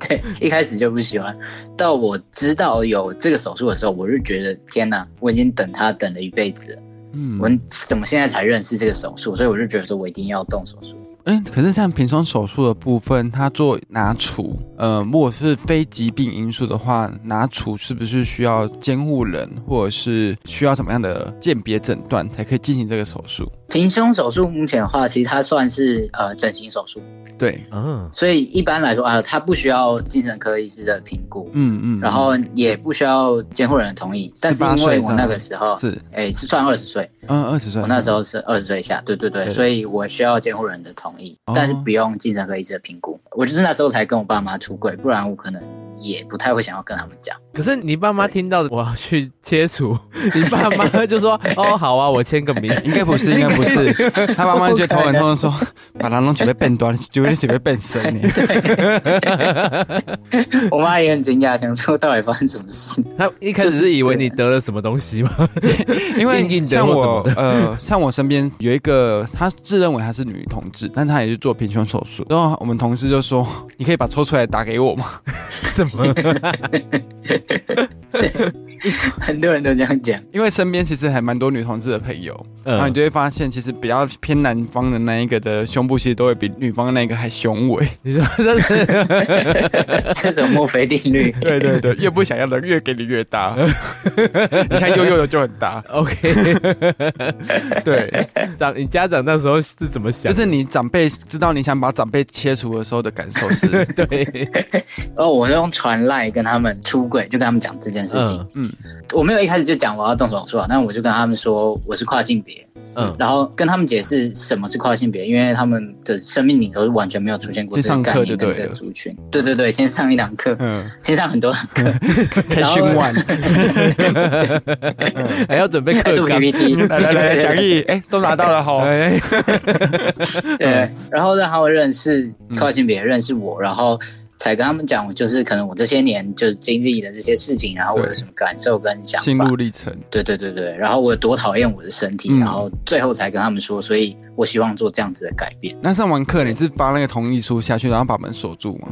S2: 对，一开始就不喜欢。到我知道有这个手术的时候，我就觉得天哪，我已经等它等了一辈子了。
S1: 嗯
S2: 我，怎么现在才认识这个手术？所以我就觉得说我一定要动手术。
S1: 哎，可是像平胸手术的部分，它做拿除，呃，如果是非疾病因素的话，拿除是不是需要监护人，或者是需要什么样的鉴别诊断才可以进行这个手术？
S2: 平胸手术目前的话，其实它算是呃整形手术，
S1: 对，
S3: 嗯，
S2: 所以一般来说啊、它不需要精神科医师的评估，
S1: 嗯嗯，
S2: 然后也不需要监护人的同意。但是
S1: 18
S2: 因为
S1: 岁
S2: 我
S1: 上
S2: 那个时候，
S1: 是，
S2: 哎，是算二十岁，
S1: 嗯，二十岁，
S2: 我那时
S1: 候，
S2: 候是二十岁以下，对对对，
S1: 对
S2: 所以我需要监护人的同意，
S1: 哦
S2: 但是不用精神科医师的评估。我就是那时候才跟我爸妈出柜，不然我可能也不太会想要跟他们讲。
S3: 可是你爸妈听到我要去切除，你爸妈就说：“哦，好啊，我签个名。 *laughs*
S1: 应该不是，应该不是，他妈妈就头很痛地说，把他弄准备变短，就会准备变深呢。
S2: 我妈也很惊讶，想说到底发生什么事？”
S3: 他一开始是以为你得了什么东西吗？ *laughs*
S1: 因
S3: 硬硬
S1: 为
S3: 的
S1: 像
S3: 或怎
S1: 我
S3: 么
S1: 呃，像我身边有一个，她自认为她是女同志，但她也是做平胸手术。然后我们同事就说：“你可以把抽出来打给我吗
S3: 怎么？ *laughs*
S2: 很多人都这样讲，？”
S1: 因为身边其实还蛮多女同志的朋友，然后你
S3: 嗯，
S1: 就会发现，其实比较偏男方的那一个的胸部，其实都会比女方的那一个还雄伟。
S3: 你说 *laughs* 这是，
S2: 这种墨菲定律。
S1: 对对对，越不想要的越给你越大。你看悠悠的就很大
S3: OK？ *laughs*
S1: 对，
S3: 长你家长那时候是怎么想
S1: 就
S3: 的？
S1: 是你长辈知道你想把长辈切除的时候的感受是，
S3: 对，
S2: 哦，我用传赖跟他们出柜，就跟他们讲这件事情。
S3: 嗯
S1: 嗯
S2: 我没有一开始就讲我要动手术啊，但我就跟他们说我是跨性别，
S3: 嗯，
S2: 然后跟他们解释什么是跨性别，因为他们的生命里头是完全没有出现过
S1: 去
S2: 这个
S1: 上
S2: 概
S1: 课
S2: 念
S1: 就
S2: 跟
S1: 对
S2: 这个
S1: 了
S2: 族群。对对对，先上一堂课，
S1: 嗯，
S2: 先上很多堂
S1: *laughs*
S2: 课， *laughs*
S1: 开训
S2: 然后
S1: 万。
S3: 还要准备
S1: 哎
S2: 还
S3: 课
S2: 做
S3: 纲。哦
S2: PPT，
S1: *laughs* 来来来，讲义，哎，都拿到了
S3: *laughs*
S1: 吼。
S3: 哎，
S1: 嗯
S2: 对，然后让他们认识跨性别，认识我，然后才跟他们讲，就是可能我这些年就是经历的这些事情，然后我有
S1: 对
S2: 什么感受跟想
S1: 心
S2: 法
S1: 路，历程，
S2: 对对对对，然后我有多讨厌我的身体，
S1: 嗯
S2: 然后最后才跟他们说，所以我希望做这样子的改变。
S1: 那上完课你是发那个同意书下去，然后把门锁住吗？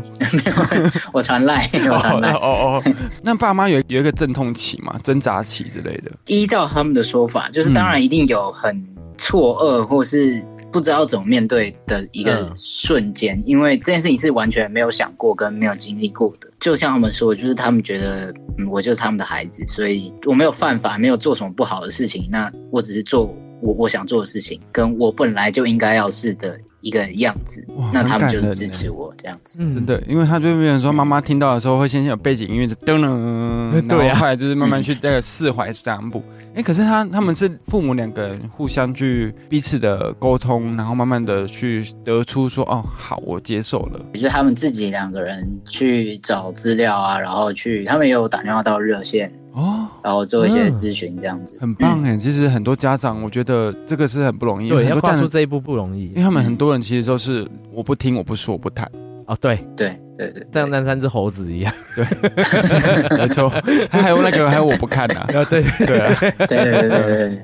S2: 我传赖，我传赖，
S1: 哦哦， *laughs* 那爸妈有有一个阵痛期嘛，挣扎期之类的。
S2: 依照他们的说法，就是
S1: 嗯
S2: 当然一定有很错愕或是不知道怎么面对的一个
S3: 嗯
S2: 瞬间，因为这件事情是完全没有想过跟没有经历过的。就像他们说，就是他们觉得，嗯，我就是他们的孩子，所以我没有犯法，没有做什么不好的事情，那我只是做我我想做的事情，跟我本来就应该要是的一个样子
S1: 哇。
S2: 那他们就
S1: 很感
S2: 是
S1: 人欸
S2: 支
S1: 耶
S2: 持我这样子。
S1: 真
S3: 嗯，
S1: 的，因为他就变成说，妈妈听到的时候会先有背景音乐的噔噔，
S3: *laughs* 对
S1: 然
S3: 啊
S1: 后后来就是慢慢去那个释怀散步。哎，可是他他们是父母两个人互相去彼此的沟通，然后慢慢的去得出说，哦，好，我接受了。
S2: 也就是他们自己两个人去找资料啊，然后去他们也有打电话到热线，
S1: 哦，
S2: 然后做一些
S3: 嗯
S2: 咨询这样子。
S1: 很棒哎！其实很多家长，我觉得这个是很不容易，
S3: 对，
S1: 很
S3: 要
S1: 多
S3: 跨
S1: 家
S3: 出
S1: 长
S3: 这一步不容易
S1: 因为他们很多人其实都是我不听，我不说，我不谈，
S3: 哦。对，
S2: 对对对，
S3: 像那三只猴子一样。
S1: 没错。还还有那个，还有我不看啊，
S3: 啊， *laughs* 对，
S1: 对啊，
S2: 对对对对对
S3: *laughs*
S2: 对。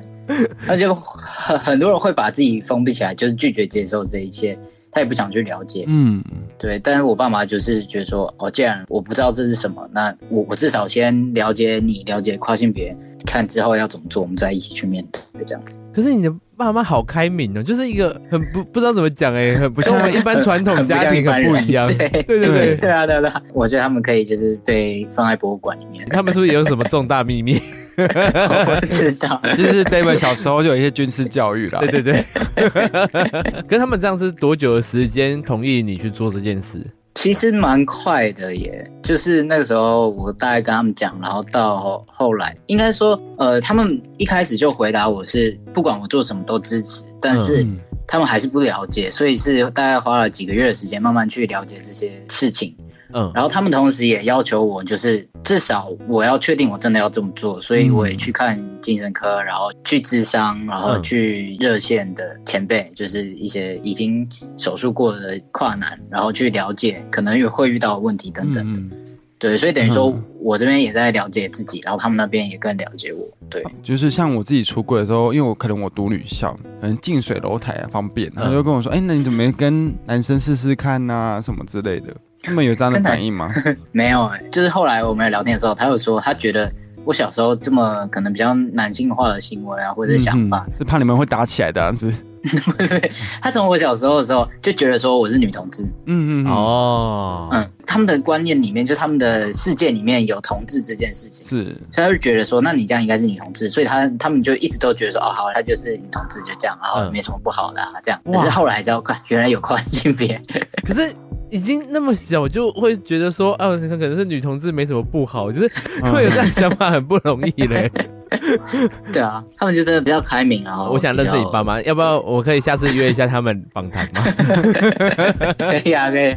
S2: 而且很很多人会把自己封闭起来，就是拒绝接受这一切，他也不想去了解。
S1: 嗯，
S2: 对，但是我爸妈就是觉得说，哦，既然我不知道这是什么，那我我至少先了解你，了解跨性别，看之后要怎么做，我们再一起去面对这样子。
S3: 可是你的爸妈好开明哦，就是一个很不不知道怎么讲哎、很不像
S2: 跟我
S3: 一般传统
S2: 很不
S3: 家
S2: 像一
S3: 庭
S2: 般
S3: 很不
S2: 人
S3: 一样。
S2: *laughs* 对
S3: 对对对，
S2: 对啊，对啊，对
S3: *laughs*
S2: 啊，我觉得他们可以就是被放在博物馆里面， *laughs*
S3: 他们是不是有什么重大秘密？
S2: 我不知道。
S1: 其实 David 小时候就有一些军事教育啦。
S3: 对对对。可是他们这样是多久的时间同意你去做这件事？
S2: 其实蛮快的耶，就是那个时候我大概跟他们讲，然后到后来应该说，呃，他们一开始就回答我是不管我做什么都支持，但是
S1: 嗯
S2: 他们还是不了解，所以是大概花了几个月的时间慢慢去了解这些事情。
S3: 嗯，
S2: 然后他们同时也要求我，就是至少我要确定我真的要这么做，所以
S1: 嗯
S2: 我也去看精神科，然后去咨商，然后去热线的前辈，就是一些已经手术过的跨男，然后去了解可能也会遇到的问题等等。
S1: 嗯嗯，
S2: 对，所以等于说
S1: 嗯
S2: 我这边也在了解自己，然后他们那边也更了解我。对，
S1: 就是像我自己出柜的时候，因为我可能我读女校，可能近水楼台啊方便，他就跟我说，哎、那你怎么没跟男生试试看呐、什么之类 *laughs* 的。他们有这样的
S2: 跟男
S1: 反应吗？
S2: 没有、欸，就是后来我们聊天的时候，他又说他觉得我小时候这么可能比较男性化的行为啊，或者想法，
S1: 嗯嗯是怕你们会打起来的、啊，是？
S2: 他从我小时候的时候就觉得说我是女同志。
S1: 嗯嗯嗯，
S3: 哦，
S2: 嗯，他们的观念里面，就他们的世界里面有同志这件事情，
S1: 是
S2: 所以他就觉得说，那你这样应该是女同志，所以他他们就一直都觉得说，哦，好，他就是女同志，就这样，然后
S3: 嗯
S2: 没什么不好的、啊，这样。
S3: 哇
S2: 可是后来才看，原来有跨性别，
S3: *laughs* 可是已经那么小，就会觉得说，啊，可能是女同志没什么不好，就是
S1: 嗯
S3: 会有这样想法很不容易嘞。
S2: 嗯
S3: *laughs*
S2: 对啊，他们就真的比较开明啊。
S3: 我想认识你爸
S2: 妈，
S3: 妈，要不要我可以下次约一下他们访谈吗？
S2: 可以啊，可以，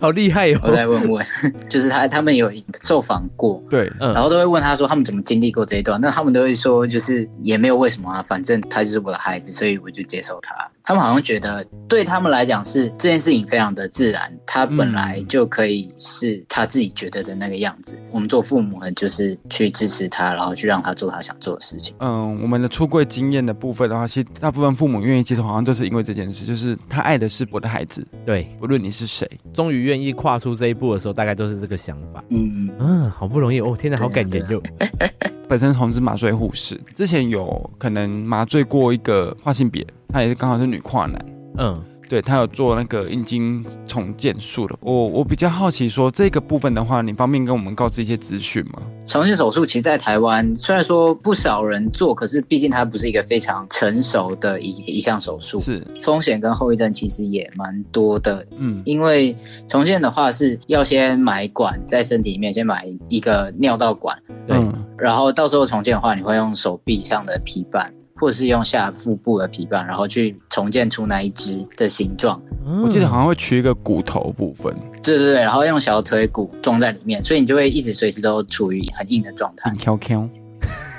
S3: 好厉害
S2: 我
S3: 哦！
S2: 再问问， *laughs* 就是他他们有受访过。
S1: 对，
S3: 嗯
S2: 然后都会问他说他们怎么经历过这一段，那他们都会说就是也没有为什么啊，反正他就是我的孩子，所以我就接受他。他们好像觉得对他们来讲是这件事情非常的自然，他本来就可以是他自己觉得的那个样子。我们做父母的就是去支持他，然后去让他做他想做的事情。
S1: 嗯，我们的出柜经验的部分的话，其实大部分父母愿意接受，好像就是因为这件事，就是他爱的是我的孩子，
S3: 对，
S1: 不论你是谁。
S3: 终于愿意跨出这一步的时候，大概都是这个想法。
S2: 嗯，
S3: 嗯，好不容易哦，天哪，
S2: 对啊
S3: 好感人
S2: 对
S3: 哟！
S1: 本身同志麻醉护士，之前有可能麻醉过一个跨性别，他也是刚好是女跨男，
S3: 嗯，
S1: 对他有做那个阴茎重建术的。我我比较好奇说这个部分的话，你方便跟我们告知一些资讯吗？
S2: 重建手术其实，在台湾虽然说不少人做，可是毕竟它不是一个非常成熟的一一项手术，
S1: 是，
S2: 风险跟后遗症其实也蛮多的。
S1: 嗯，
S2: 因为重建的话是要先买管在身体里面，先买一个尿道管，
S3: 对
S1: 嗯
S2: 然后到时候重建的话，你会用手臂上的皮瓣，或是用下腹部的皮瓣，然后去重建出那一只的形状。
S1: 我
S3: 我
S1: 记得好像会取一个骨头部分，
S2: 对对对，然后用小腿骨装在里面，所以你就会一直随时都处于很硬的状态
S1: 很。Q Q。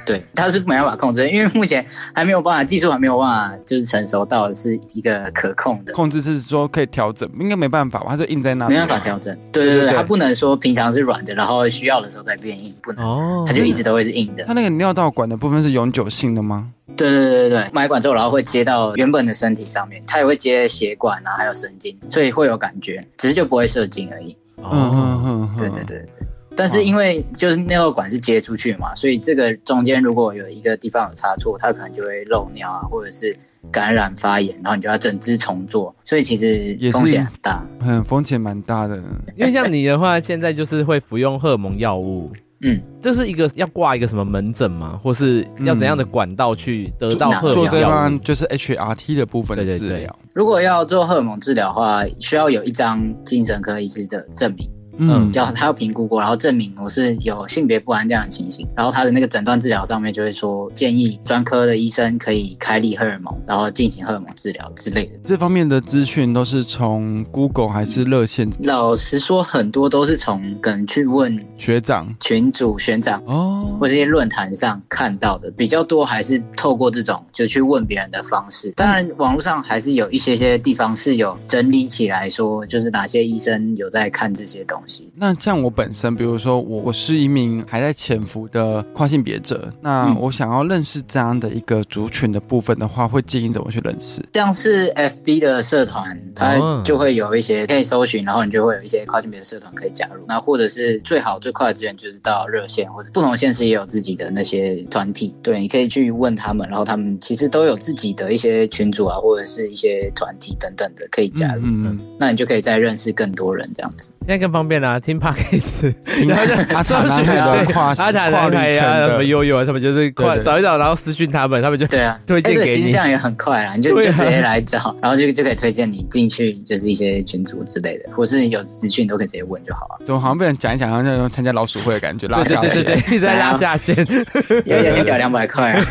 S2: 对，它是没办法控制，因为目前还没有办法，技术还没有办法就是成熟到是一个可控的。
S1: 控制是说可以调整，应该没办法吧？它就印在那里，
S2: 没办法调整，对对
S1: 对
S2: 对，
S1: 对
S2: 它不能说平常是软的，然后需要的时候再变硬，不能，
S3: 哦，
S2: 它就一直都会是硬的
S1: 它。那个尿道管的部分是永久性的吗？
S2: 对对对对对，买管之后，然后会接到原本的身体上面，它也会接血管啊，还有神经，所以会有感觉，只是就不会射精而已。
S1: 嗯嗯
S3: 哦，
S1: 嗯，嗯
S2: 对对。对。但是因为就是尿道管是接出去嘛，所以这个中间如果有一个地方有差错，它可能就会漏尿啊，或者是感染发炎，然后你就要整只重做，所以其
S1: 也是
S2: 实风险很大。
S1: 嗯，风险蛮大的。
S3: 因为像你的话，现在就是会服用荷尔蒙药物。
S2: 嗯，
S3: 这是一个要挂一个什么门诊吗？或是要怎样的管道去得到荷尔
S1: 做
S3: 蒙
S1: 这
S3: 药
S1: 方
S3: 物？
S1: 就是 HRT 的部分的
S3: 对对
S1: 治
S3: 对
S1: 疗，
S2: 如果要做荷尔蒙治疗的话，需要有一张精神科医师的证明。
S1: 嗯，
S2: 要他要评估过，然后证明我是有性别不安这样的情形，然后他的那个诊断治疗上面就会说建议专科的医生可以开立荷尔蒙，然后进行荷尔蒙治疗之类的。
S1: 这方面的资讯都是从 Google 还是热线
S2: 老实说，很多都是从可能去问
S1: 学长
S2: 群主、学长
S1: 哦
S2: 或，这些论坛上看到的，比较多还是透过这种就去问别人的方式。当然，网络上还是有一些些地方是有整理起来说，就是哪些医生有在看这些东西。
S1: 那像我本身，比如说我我是一名还在潜伏的跨性别者，那
S2: 嗯
S1: 我想要认识这样的一个族群的部分的话，会建议怎么去认识？
S2: 像是 FB 的社团，
S3: 哦
S2: 它就会有一些可以搜寻，然后你就会有一些跨性别的社团可以加入。那或者是最好最快的资源就是到热线，或者不同县市也有自己的那些团体，对，你可以去问他们，然后他们其实都有自己的一些群组啊，或者是一些团体等等的可以加入。
S1: 嗯
S2: *laughs*
S1: 嗯
S2: 那你就可以再认识更多人这样子。
S3: 现在更方便啦，听 podcast，
S1: 嗯，阿塔南
S3: 对
S1: 海的跨
S3: 阿塔
S1: 跨
S3: 南
S1: 旅
S3: 凯
S1: 程
S3: 呀，什么
S1: 的，
S3: 悠悠啊，他们就是快
S1: 对对
S3: 找一找，然后私讯他们，他们就
S2: 对啊，
S3: 推荐
S2: 哎对
S3: 给
S2: 其
S3: 你
S2: 实这样也很快啦，你就、
S3: 对啊
S2: 就直接来找，然后就就可以推荐你进去，就是一些群组之类的，或是有资讯都可以直接问就好啊了。
S1: 怎么好像被人讲一讲，好像那种参加老鼠会的感觉，拉
S3: 对
S1: 下
S3: 对对对
S1: 线。
S3: 对，一直在拉下线。
S2: *laughs* 有点先缴两百块啊，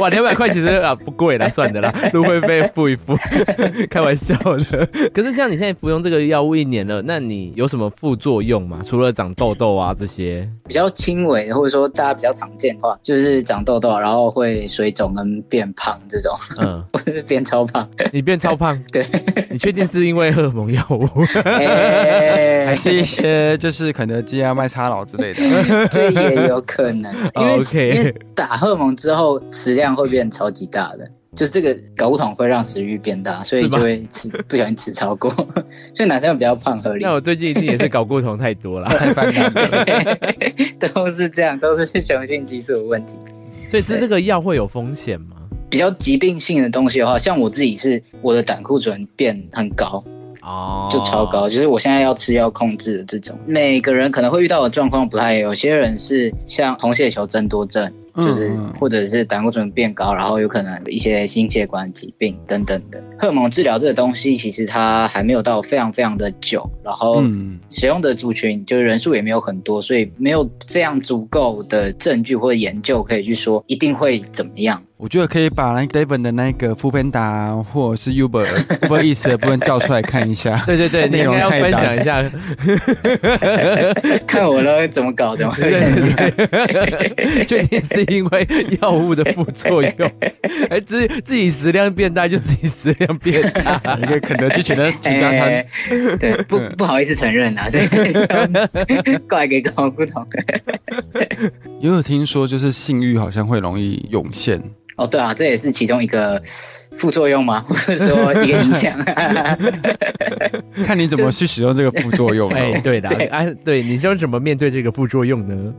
S3: *laughs* 哇，两百块其实啊不
S2: *laughs*
S3: 贵啦，算的啦，路会费付一付， *laughs* 开玩笑的。可是像你现在服用这个药物一年了，那你有什么副作用吗？除了长痘痘啊这些，
S2: 比较轻微的，或者说大家比较常见的话，就是长痘痘，然后会水肿跟变胖这种， *laughs*
S3: 嗯，
S2: 或者是变超胖。
S3: *laughs* 你变超胖，
S2: 对，
S3: 你确定是因为荷尔蒙药物？ *laughs*
S2: 哎
S1: 还是一些就是肯德基啊、麦差佬之类的， *laughs*
S2: 这也有可
S3: *laughs*
S2: 能，因为
S3: 哦 OK
S2: 因为打荷尔蒙之后食量会变超级大的，就是这个睾固酮会让食欲变大，所以
S3: 是吗
S2: 就会吃不小心吃超过， *laughs* 所以男生比较胖合理
S3: 那，我最近一定也是搞过酮太
S2: *laughs*
S3: 多啦，
S1: 太翻脸了。
S2: 都是这样，都是雄性激素的问题。
S3: 所以吃这个药会有风险吗？
S2: 比较疾病性的东西的话，像我自己是我的胆固醇变很高，
S3: 哦，
S2: 就超高，就是我现在要吃药控制的这种。每个人可能会遇到的状况不太一样，有些人是像红血球增多症，
S1: 嗯
S2: 就是
S1: 嗯
S2: 或者是胆固醇变高，然后有可能一些心血管疾病等等的。荷尔蒙治疗这个东西，其实它还没有到非常非常的久，然后
S1: 嗯，
S2: 使用的族群就是人数也没有很多，所以没有非常足够的证据或者研究可以去说一定会怎么
S1: *laughs*
S2: 样。
S1: 我觉得可以把那 David 的那个 f o o p a n d a 或者是 Uber Uber Eats 的部分叫出来看一下。
S3: 对对
S2: *laughs*
S3: 对，你
S1: 内
S3: 应
S1: 容
S3: 该要
S1: 菜
S3: 分
S1: 单
S3: 享一下， *laughs*
S2: 看我都怎么搞，
S1: *laughs*
S2: 怎么
S3: 对对对，确定是因为药物的副
S2: *laughs*
S3: 作用，哎，自自己食量变大就自己食量变大，
S1: 一个肯德基全
S2: *laughs*
S1: 的全家餐嗯 *laughs*
S2: 哎，对，不不好意思承认啊，所以就怪给搞不懂。
S1: 也有听说就是性欲好像会容易涌
S2: *laughs*
S1: 现，
S2: 哦，对啊，这也是其中一个副作用 *laughs* 嘛，或者说一个影响。啊
S1: *laughs* 看你怎么去使用这个副作用哦
S3: 哎，
S1: 了。
S2: *laughs*
S3: 对的，哎，对，你说怎么面对这个副作用呢？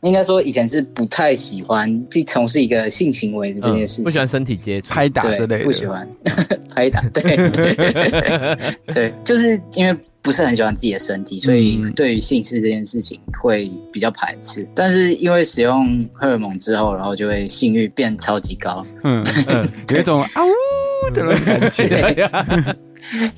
S2: 应该说以前是不太喜欢去从事一个性行为的这件事
S1: 嗯
S3: 不喜
S2: 情，
S3: 欢身体接触，
S1: 拍打之类
S2: 对，
S1: 的，
S2: 不喜欢 *laughs* 拍打，
S1: *laughs*
S2: 对对，就是因为。不是很喜欢自己的身体，所以
S1: 嗯
S2: 对于性事这件事情会比较排斥。但是因为使用荷尔蒙之后，然后就会性欲变超级高，
S1: 嗯，
S2: *laughs*
S1: 嗯有一种啊呜的那种感觉。
S3: *laughs*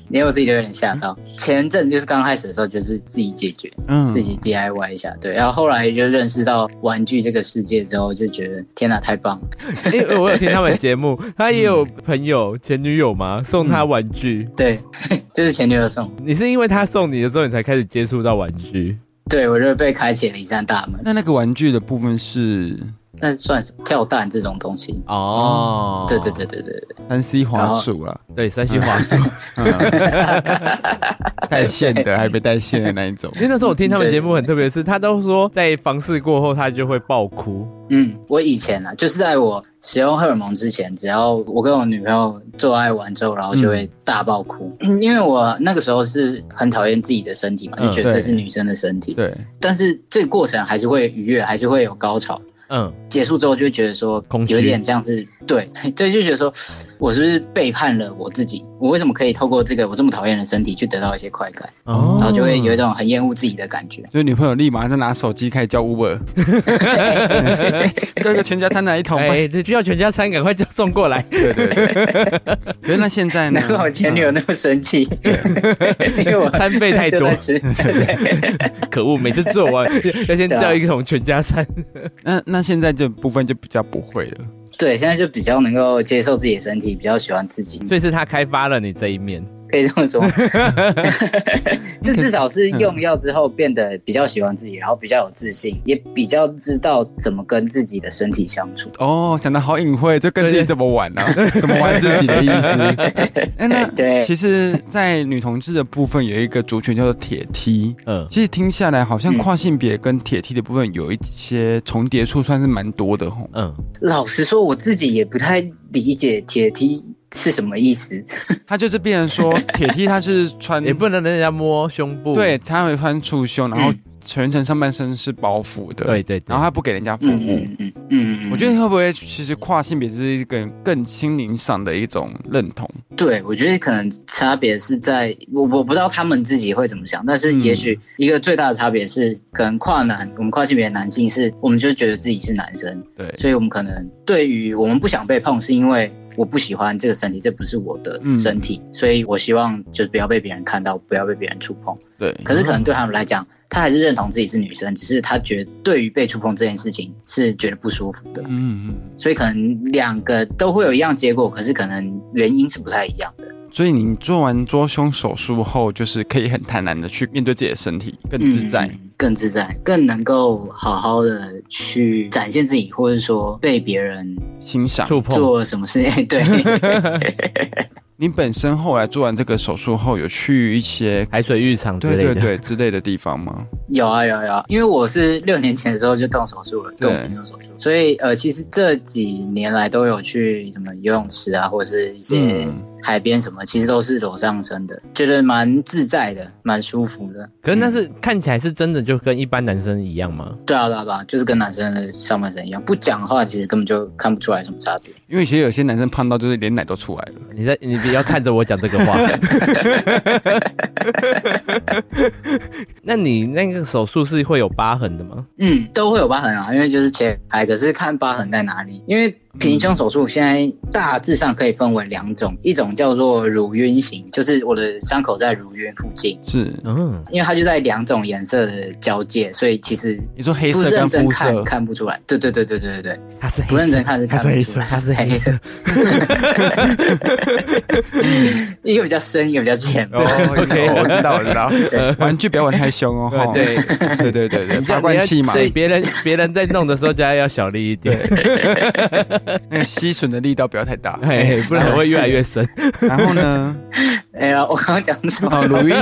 S2: 连我自己都有点吓到。前阵就是刚开始的时候，就是自己解决，
S1: 嗯，
S2: 自己 DIY 一下，对。然后后来就认识到玩具这个世界之后，就觉得天哪，太棒了！
S3: 因为我有听他们节目，他也有朋友前女友
S2: 嗯
S3: 嘛送他玩具，
S2: 对， *laughs* 就是前女友送，
S3: 你是因为他送你的时候，你才开始接触到玩具，
S2: 对我就被开启了一扇大门。
S1: 那那个玩具的部分是
S2: 那算什么？跳蛋这种东西？
S3: 哦，
S2: 对对对对对对，
S1: 三 C 滑鼠啊了，
S3: 对，
S2: *laughs*
S3: 山西话说。
S2: 哦
S1: 嗯 *laughs* 带线的，还没带线的那一种
S3: 因。为那时候我听他们节目很特别，是他都说在房事过后他就会爆哭，
S2: 嗯，我以前啊，就是在我使用荷尔蒙之前，只要我跟我女朋友做爱完之后，然后
S1: 嗯
S2: 就会大爆哭， *clears throat* 因为我那个时候是很讨厌自己的身体嘛，就觉
S1: 嗯
S2: 得
S1: 对
S2: 这是女生的身体，
S1: 对，
S2: 但是这个过程还是会愉悦，还是会有高潮。
S3: 嗯，
S2: 结束之后就会觉得说
S3: 空，虚
S2: 有点像是对 *laughs* 对，就觉得说，我是不是背叛了我自己？我为什么可以透过这个我这么讨厌的身体去得到一些快感？
S3: 嗯
S1: 哦
S2: 然后就会有一种很厌恶自己的感觉。
S1: 所以女朋友立马就拿手机开始叫
S2: *laughs*
S1: Uber，哎这个全家摊来一桶。
S3: 哎，这需要全家餐，赶快就送
S2: *laughs*
S3: 过来。
S1: 对对对。 *laughs* 可是那现在呢
S2: 难？怪我前女友那么生气， *laughs* 因为我
S3: 餐费太多
S2: 就在吃， *laughs* 对
S3: 可恶，每次做完要先
S2: 啊
S3: 叫一桶全家餐。
S1: 那那现在这部分就比较不会了。
S2: 对，现在就比较能够接受自己的身体，比较喜欢自己。
S3: 所以是他开发了你这一面，
S2: 可以这
S1: *laughs*
S2: 么说， *laughs* 就至少是
S1: 嗯
S2: 用药之后变得比较喜欢自己，然后比较有自信，也比较知道怎么跟自己的身体相处。
S1: 哦，讲的好隐晦，就跟自己怎么玩呢、怎么玩自己的意
S2: *laughs*
S1: 思。哎，那
S2: 对
S1: 其实，在女同志的部分有一个族群叫做铁梯。
S3: 嗯，
S1: 其实听下来，好像
S2: 嗯
S1: 跨性别跟铁梯的部分有一些重叠处，算是蛮多的吼。
S3: 嗯，
S2: 老实说，我自己也不太理解铁梯是什么意思。
S1: 他就是变成
S2: *laughs*
S1: 说，铁梯他是穿
S3: 也不能让人家摸胸部。
S1: 对，他会穿束胸，然后
S2: 嗯
S1: 全程上半身是包覆的，
S3: 对，对对，
S1: 然后他不给人家服
S2: 嗯
S1: 务。
S2: 嗯嗯嗯嗯，
S1: 我觉得会不会其实跨性别是一个更心灵上的一种认同？
S2: 对，我觉得可能差别是在我我不知道他们自己会怎么想，但是也
S1: 嗯
S2: 许一个最大的差别是，可能跨男我们跨性别的男性是，我们就觉得自己是男生，
S3: 对
S2: 所以我们可能对于我们不想被碰，是因为我不喜欢这个身体，这不是我的
S1: 嗯
S2: 身体，所以我希望就不要被别人看到，不要被别人触碰。
S1: 对，
S2: 可是可能对他们来讲，他还是认同自己是女生，只是他觉得对于被触碰这件事情是觉得不舒服的，
S1: 嗯嗯。
S2: 所以可能两个都会有一样结果，可是可能原因是不太一样的。
S1: 嗯所以你做完做胸手术后，就是可以很坦然的去面对自己的身体，更自在。
S2: 嗯更自在，更能够好好的去展现自己，或者说被别人
S1: 欣赏。
S3: 触碰。
S2: 做什么事 *laughs*
S1: *laughs*
S2: 情。对，
S1: 你本身后来做完这个手术后，有去一些
S3: 海水浴场之
S1: 对
S3: 类的，
S1: 对对之类的地方吗？
S2: 有啊有啊有啊，因为我是六年前的时候就动手术了，
S1: 对
S2: 动平胸手术，所以呃，其实这几年来都有去什么游泳池啊，或者是一些
S1: 嗯
S2: 海边什么，其实都是裸上身的，觉得蛮自在的，蛮舒服的。
S3: 可是那
S2: 嗯
S3: 是看起来是真的，就跟一般男生一样吗？
S2: 对啊对啊对啊，就是跟男生的上半身一样，不讲话其实根本就看不出来什么差别。
S1: 因为其实有些男生胖到就是连奶都出来了。
S3: 你在你不要看着我讲这个话。那你那个手术是会有疤痕的吗？
S2: 嗯，都会有疤痕啊，因为就是切开，可是看疤痕在哪里。因为平胸手术现在大致上可以分为两种，一种叫做乳晕型，就是我的伤口在乳晕附近，
S1: 是，
S3: 嗯，
S2: 因为它就在两种颜色的交界，所以其实
S1: 你说黑
S2: 不
S1: 色
S2: 认
S1: 跟
S2: 真
S1: 肤
S2: 看
S1: 色，
S2: 看不出来。对对对对对对对，
S3: 它是黑色
S2: 不认真看是看不出来，
S3: 它是黑色，
S2: 一个比较深，一个比较浅。
S1: 哦
S3: OK
S1: 我知道，我知道
S2: *laughs* 对。
S1: 玩具不要玩太凶哦。
S3: 对
S1: 哈
S3: 对
S1: 对对对对，
S3: *laughs* 你
S1: 拔
S3: 要
S1: 罐器嘛
S3: 所，以别人别人在弄的时候就要要小力一点，
S1: 那个吸吮的力道不要太大。
S3: *laughs* 哎，不然会越来越深。
S1: 然后呢，
S3: *laughs*
S2: 哎呀，我刚刚讲
S1: *laughs*
S2: 什么？
S1: 哦，乳晕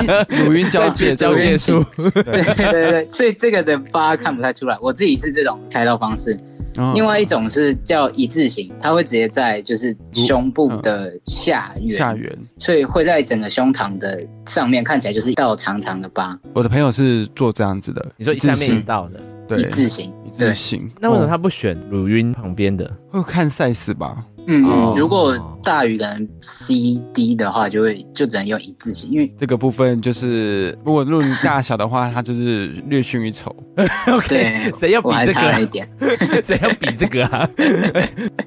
S1: 乳晕交界
S3: 交
S1: 处
S3: 界处，
S2: 对对对对，所以这个的疤看不太出来。我自己是这种开刀方式，
S1: 哦
S2: 另外一种是叫一字形，它会直接在就是胸部的下
S1: 嗯
S2: 缘，
S1: 下缘。
S2: 所以会在整个胸膛的上面看起来就是一道长长的疤，一
S1: 我的朋友是做这样子的，
S3: 你说
S1: 一
S3: 下
S1: 字
S3: 面
S1: 形
S3: 引到的，
S1: 对
S2: 字形
S1: 一。字
S2: 对，
S1: 形。
S3: 那为什么
S1: 哦
S3: 他不选乳晕旁边的？
S1: 会看 size 吧？
S2: 嗯，
S1: 哦
S2: 嗯，如果大于可能 C D 的话，就会就只能用一字形，因为
S1: 这个部分就是，如果论大小的话，它就是略逊一筹。 *laughs*
S2: 对
S3: 谁要比
S2: 我还
S3: 这个
S2: 差
S3: 啊
S2: 了一？点。
S3: *laughs* 谁要比这个啊？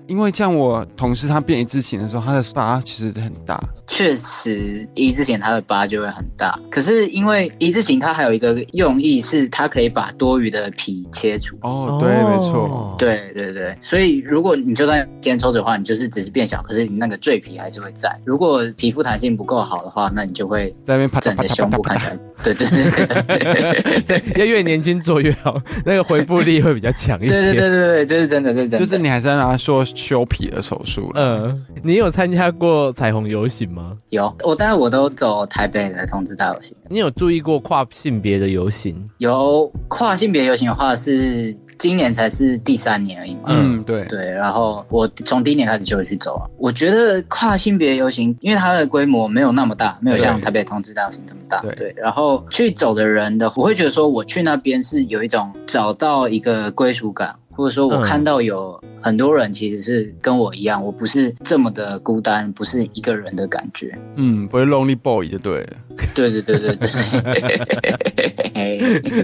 S1: 因为像我同事他变一字形的时候，他的 spa 其实很大，
S2: 确实，一字形它的疤就会很大，可是因为一字形它还有一个用意是它可以把多余的皮切除。
S1: 哦，对，没错，，
S2: 对对对，所以如果你就算今天抽脂的话，你就是只是变小，可是你那个赘皮还是会在。如果皮肤弹性不够好的话，那你就会
S1: 在那边啪嗒
S2: 整
S1: 啪
S2: 个
S1: 嗒
S2: 胸
S1: 啪
S2: 部
S1: 嗒啪嗒
S2: 看起。来，对对对对对
S3: *laughs* 对，要越年轻做越好，那个回复力会比较强一点。
S2: 对对对对，这是真的，这是真
S1: 就
S2: 的。
S1: 是你还在拿说修皮的手术了，
S3: *laughs* 嗯，你有参加过彩虹游行吗？
S2: 有我，当然我都走台北的同志大游行，
S3: 你有注意过跨性别的游行？
S2: 有跨性别游行的话是今年才是第三年而已嘛。
S1: 嗯，对，
S2: 对，然后我从第一年开始就会去走了。我觉得跨性别游行，因为它的规模没有那么大，没有像
S1: 对
S2: 台北同志大游行这么大。
S1: 对
S2: 对，然后去走的人的，我会觉得说，我去那边是有一种找到一个归属感，或者说我
S3: 嗯
S2: 看到有很多人其实是跟我一样，我不是这么的孤单，不是一个人的感觉。
S1: 嗯，不是 lonely boy 就对了，
S2: 对对对对对。 *laughs* 嘿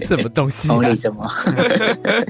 S3: 什么东西、啊？
S2: 同理什么？ *laughs*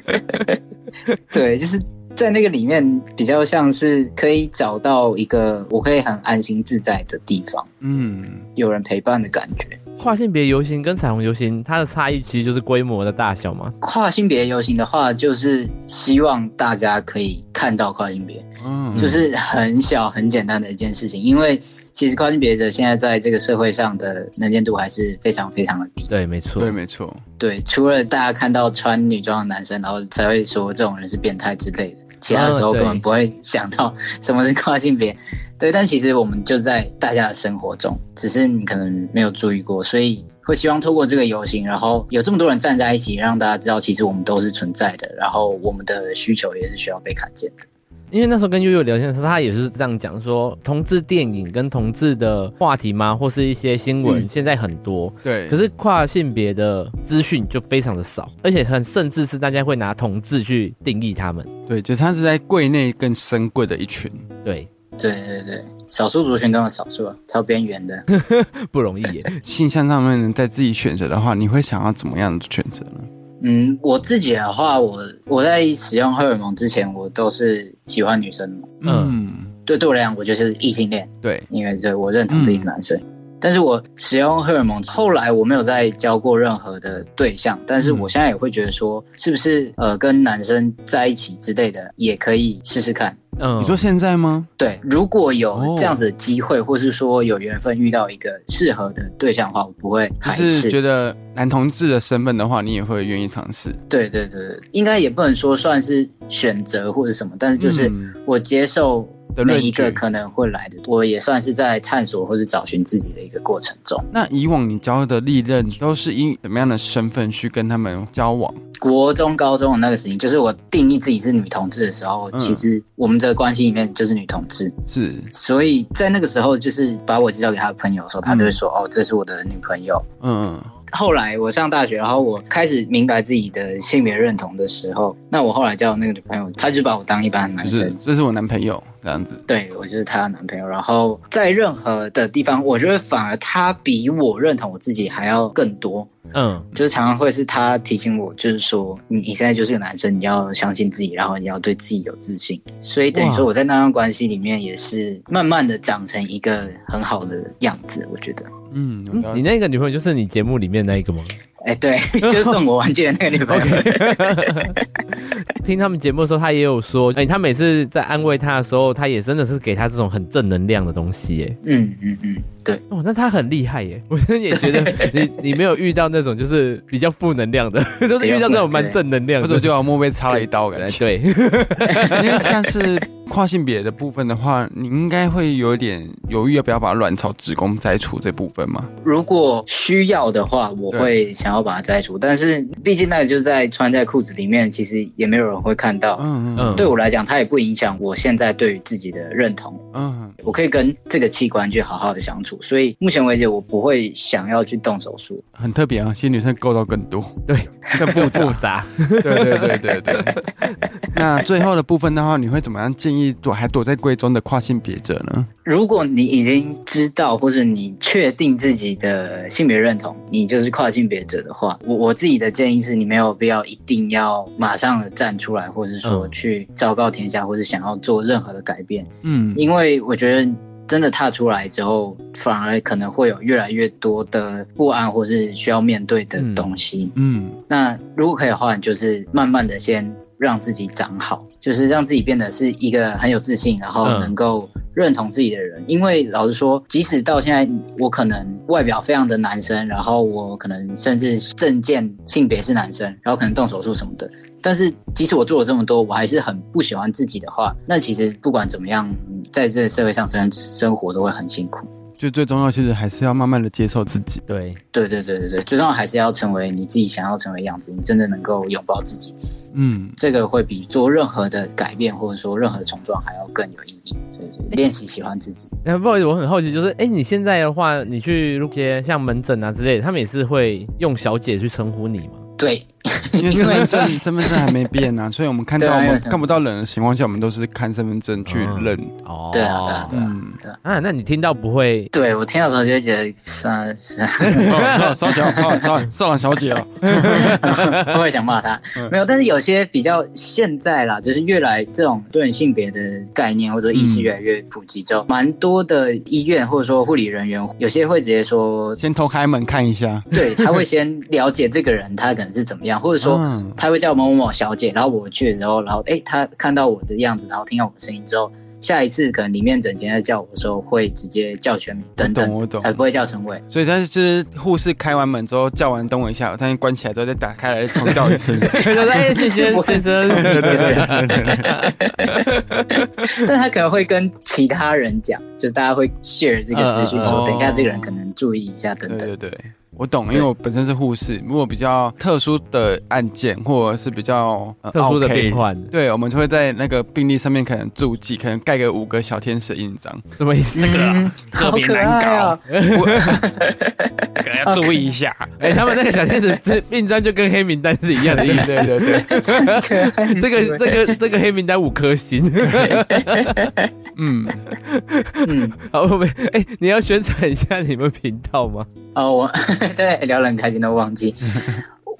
S2: 对，就是在那个里面比较像是可以找到一个我可以很安心自在的地方，
S1: 嗯，
S2: 有人陪伴的感觉。
S3: 跨性别游行跟彩虹游行，它的差异其实就是规模的大小嘛。
S2: 跨性别游行的话，就是希望大家可以看到跨性别，
S1: 嗯，
S2: 就是很小很简单的一件事情。因为其实跨性别者现在在这个社会上的能见度还是非常非常的低。
S3: 对，没错
S1: 对，，没错，
S2: 对，除了大家看到穿女装的男生，然后才会说这种人是变态之类的，其他时候
S3: 对
S2: 根本不会想到什么是跨性别。对，但其实我们就在大家的生活中，只是你可能没有注意过，所以会希望透过这个游行，然后有这么多人站在一起，让大家知道其实我们都是存在的，然后我们的需求也是需要被看见的。
S3: 因为那时候跟悠悠聊天的时候，他也是这样讲说，同志电影跟同志的话题吗，或是一些新闻，
S2: 嗯
S3: 现在很多，
S1: 对。
S3: 可是跨性别的资讯就非常的少，而且很甚至是大家会拿同志去定义他们。
S1: 对，就是他是在柜内更深贵的一群，
S3: 对，
S2: 对对对，少数族群中的少数，啊超边缘的。 *laughs*
S3: 不容易耶。
S1: *laughs* 性向上面在自己选择的话，你会想要怎么样的选择呢？
S2: 嗯，我自己的话，我我在使用荷尔蒙之前，我都是喜欢女生的嘛。
S1: 嗯，
S2: 对对我来讲，我就是异性恋，
S1: 对，
S2: 因为对我认同自己
S1: 嗯
S2: 是男生。但是我使用荷尔蒙，后来我没有再交过任何的对象，但是
S1: 嗯
S2: 我现在也会觉得说，是不是呃跟男生在一起之类的，也可以试试看。
S3: 嗯，
S1: 你说现在吗？
S2: 对，如果有
S1: 哦
S2: 这样子的机会，或是说有缘分遇到一个适合的对象的话，我不会
S1: 就
S2: 排
S1: 是
S2: 斥。
S1: 觉得男同志的身份的话，你也会愿意尝试，
S2: 对对对，对应该也不能说算是选择或者什么，但是就是
S1: 嗯
S2: 我接受
S1: 的
S2: 每
S1: 论
S2: 一个
S1: 据
S2: 可能会来的，我也算是在探索或是找寻自己的一个过程中。
S1: 那以往你交的历任都是以怎么样的身份去跟他们交往？
S2: 国中、高中的那个事情，就是我定义自己是女同志的时候，
S1: 嗯
S2: 其实我们的关系里面就是女同志，
S1: 是，
S2: 所以在那个时候，就是把我介绍给他的朋友的时候，他就会说：“哦，这是我的女朋友。”
S1: 嗯，
S2: 后来我上大学，然后我开始明白自己的性别认同的时候，那我后来交的那个女朋友，她就把我当一般的男
S1: 就
S2: 生，
S1: 是这是我男朋友这样子，
S2: 对我就是她的男朋友。然后在任何的地方，我觉得反而她比我认同我自己还要更多。
S3: 嗯，
S2: 就是常常会是她提醒我，就是说你你现在就是个男生，你要相信自己，然后你要对自己有自信。所以等于
S3: 哇
S2: 说我在那段关系里面也是慢慢的长成一个很好的样子，我觉得。
S1: 嗯，我
S3: 嗯
S1: 了
S3: 你那个女朋友就是你节目里面那一个吗？ *laughs*
S2: 哎，对，就是送我玩具的那个女朋友。
S3: 听他们节目的时候，他也有说，哎、他每次在安慰他的时候，他也真的是给他这种很正能量的东西耶。
S2: *laughs* 嗯嗯嗯，对，
S3: 哦，那他很厉害耶！ *laughs* 我真的也觉得你你没有遇到那种就是比较负能量的， *laughs* 都是遇到那种蛮正能量
S1: 或者
S3: 的。
S1: 就要莫被插了一刀感觉。
S3: 对，
S1: *laughs* 因为像是跨性别的部分的话，你应该会有点犹豫要不要把卵巢、子宫摘除这部分嘛？
S2: 如果需要的话，我
S1: 对
S2: 会想要把它摘除，但是毕竟那个就在穿在裤子里面，其实也没有人会看到。
S1: 嗯
S3: 嗯
S1: 嗯
S2: 对我来讲，它也不影响我现在对于自己的认同。
S1: 嗯，
S2: 我可以跟这个器官去好好的相处，所以目前为止我不会想要去动手术。
S1: 很特别啊，其实女生够到更多，
S3: 对，
S1: 更复杂
S3: 复。杂。
S1: 对对对对对。那最后的部分的话，你会怎么样建议躲还躲在闺中的跨性别者呢？
S2: 如果你已经知道或者你确定自己的性别认同，你就是跨性别者的话，我我自己的建议是你没有必要一定要马上地站出来，或是说
S3: 嗯
S2: 去昭告天下，或是想要做任何的改变，
S1: 嗯，
S2: 因为我觉得。真的踏出来之后，反而可能会有越来越多的不安，或是需要面对的
S3: 嗯
S2: 东西。
S1: 嗯
S2: 那如果可以的话，你就是慢慢的先让自己长好，就是让自己变得是一个很有自信，然后
S3: 嗯
S2: 能够认同自己的人。因为老实说，即使到现在，我可能外表非常的男生，然后我可能甚至证件性别是男生，然后可能动手术什么的。但是，即使我做了这么多，我还是很不喜欢自己的话，那其实不管怎么样，嗯在这个社会上生生活都会很辛苦。
S1: 就最重要，其实还是要慢慢的接受自己。
S3: *laughs* 对，
S2: 对对对对对，最重要还是要成为你自己想要成为的样子，你真的能够拥抱自己，
S1: 嗯，
S2: 这个会比做任何的改变或者说任何冲撞还要更有意义。所以就是练习喜欢自己。
S3: 那不好意思，我很好奇，就是哎、你现在的话，你去一些像门诊啊之类的，他们也是会用小姐去称呼你吗？
S2: 对
S1: 因为身份证身份证还没变啊，所以我们看 *laughs* 到
S2: 对啊
S1: 我
S2: 因
S1: 们
S2: 为身
S1: 看不到人的情况下，我们都是看身份证去认。
S3: 哦，
S2: 对啊对啊对啊
S1: 嗯，
S2: 对啊，
S3: 啊，那你听到不会？
S2: 对我听到的时候就会觉得呃算算，
S1: *laughs* 哦少小哦少少朗小姐哦，
S2: *laughs* 我会想骂他。没有，但是有些比较现在啦，就是越来这种多元性别的概念或者说意识越来越普及之后，蛮多的医院或者说护理人员，有些会直接说
S1: 先偷开门看一下。
S2: 对，他会先了解这个人他可能是怎么样样，或者说
S1: 嗯
S2: 他会叫某某某小姐，然后我去的时候，然后诶，他看到我的样子，然后听到我的声音之后，下一次可能里面整间在叫我的时候，会直接叫全名等等，
S1: 我懂我懂
S2: 还不会叫陈
S3: *laughs*
S2: 伟。
S1: 所以但是就是护士开完门之后叫完等我一下，但是关起来之后再打开来重叫一次。
S3: 就是哎，先生， *laughs* 先生，对对对，
S2: 但他可能会跟其他人讲，就是大家会 share 这个资讯，
S3: 嗯嗯
S2: 说
S1: 嗯
S2: 等一下这个人可能注意一下等
S1: 对
S2: 等。
S1: 对对，我懂，因为我本身是护士，如果比较特殊的案件或者是比较、呃
S3: 特殊的
S1: OK
S3: 病患，
S1: 对，我们就会在那个病历上面可能注记，可能盖个五个小天使印章。
S3: 什么意 *laughs* 思？
S2: 这个、嗯好可爱哦、
S1: 可能要注意一下。
S3: *laughs*
S1: 啊
S3: 哎，他们那个小天使这印章就跟黑名单是一样的意 *laughs*
S1: *laughs*
S3: 思。
S1: 对对对，
S2: 可爱
S3: 这个这个这个黑名单五颗 *laughs* 星，
S1: 嗯，
S2: 嗯
S3: 好，我们哎、你要宣传一下你们频道吗？
S2: 哦，我 *laughs* 对聊得很开心都忘记。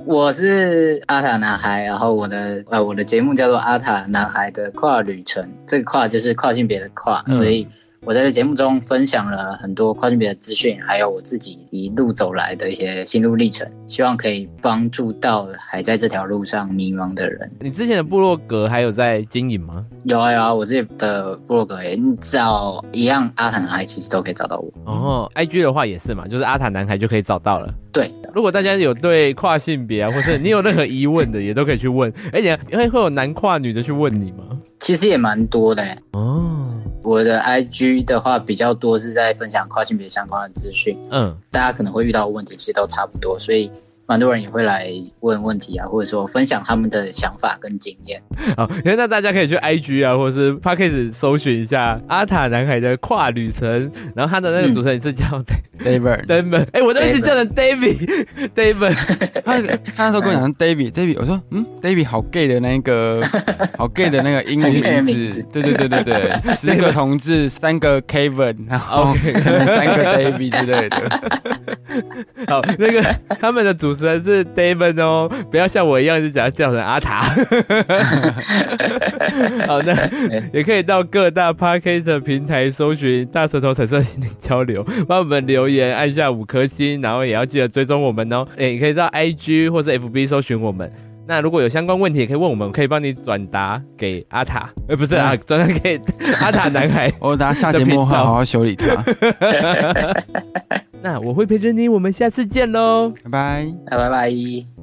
S2: 我是阿塔男孩，然后我的呃我的节目叫做《阿塔男孩的跨旅程》，这个跨就是跨性别的跨，
S1: 嗯
S2: 所以我在这节目中分享了很多跨性别的资讯，还有我自己一路走来的一些心路历程，希望可以帮助到还在这条路上迷茫的人。
S3: 你之前的部落格还有在经营吗？
S2: 有啊有啊，我自己的部落格也你找一样阿塔男孩，其实都可以找到我。
S3: 哦，IG 的话也是嘛，就是阿塔男孩就可以找到了。
S2: 对，
S3: 如果大家有对跨性别啊，或是你有任何疑问的，也都可以去问。哎、你会会有男跨女的去问你吗？
S2: 其实也蛮多的、欸。
S3: 哦，
S2: 我的 IG 的话比较多是在分享跨性别相关的资讯，
S3: 嗯，
S2: 大家可能会遇到的问题其实都差不多，所以蛮多人也会来问问题啊，或者说分享他们的想法跟经验。
S3: 好，那大家可以去 IG 啊，或是 p a c k a g e 搜寻一下阿塔男孩的跨旅程，然后他的那个主持人是叫
S1: David，
S3: David，哎、我都一直叫人 David，David。
S1: 他他那时候跟我讲 David，David，我说嗯，David 好 gay 的那一个，好 gay 的那个英文
S2: 很 gay 的
S1: 名
S2: 名
S1: 字
S2: 字，
S1: 对对对对对，十个同志，三个 Kevin，然后
S3: OK
S1: 可能三个 David 之类的。
S3: 好，那个他们的主持人是 David 哦，不要像我一样就讲叫成阿塔。好，那也可以到各大 Podcast 平台搜寻“大舌头彩色心灵交流”，帮我们留言，按下五颗星，然后也要记得追踪我们哦。诶，也可以到 IG 或者 FB 搜寻我们。那如果有相关问题，也可以问我们，我可以帮你转达给阿塔，呃，不是啊，转达给阿塔男孩。
S1: 我等下下节目会好好修理他，
S3: 那我会陪着你，我们下次见喽。
S1: 拜拜。
S2: 拜拜拜。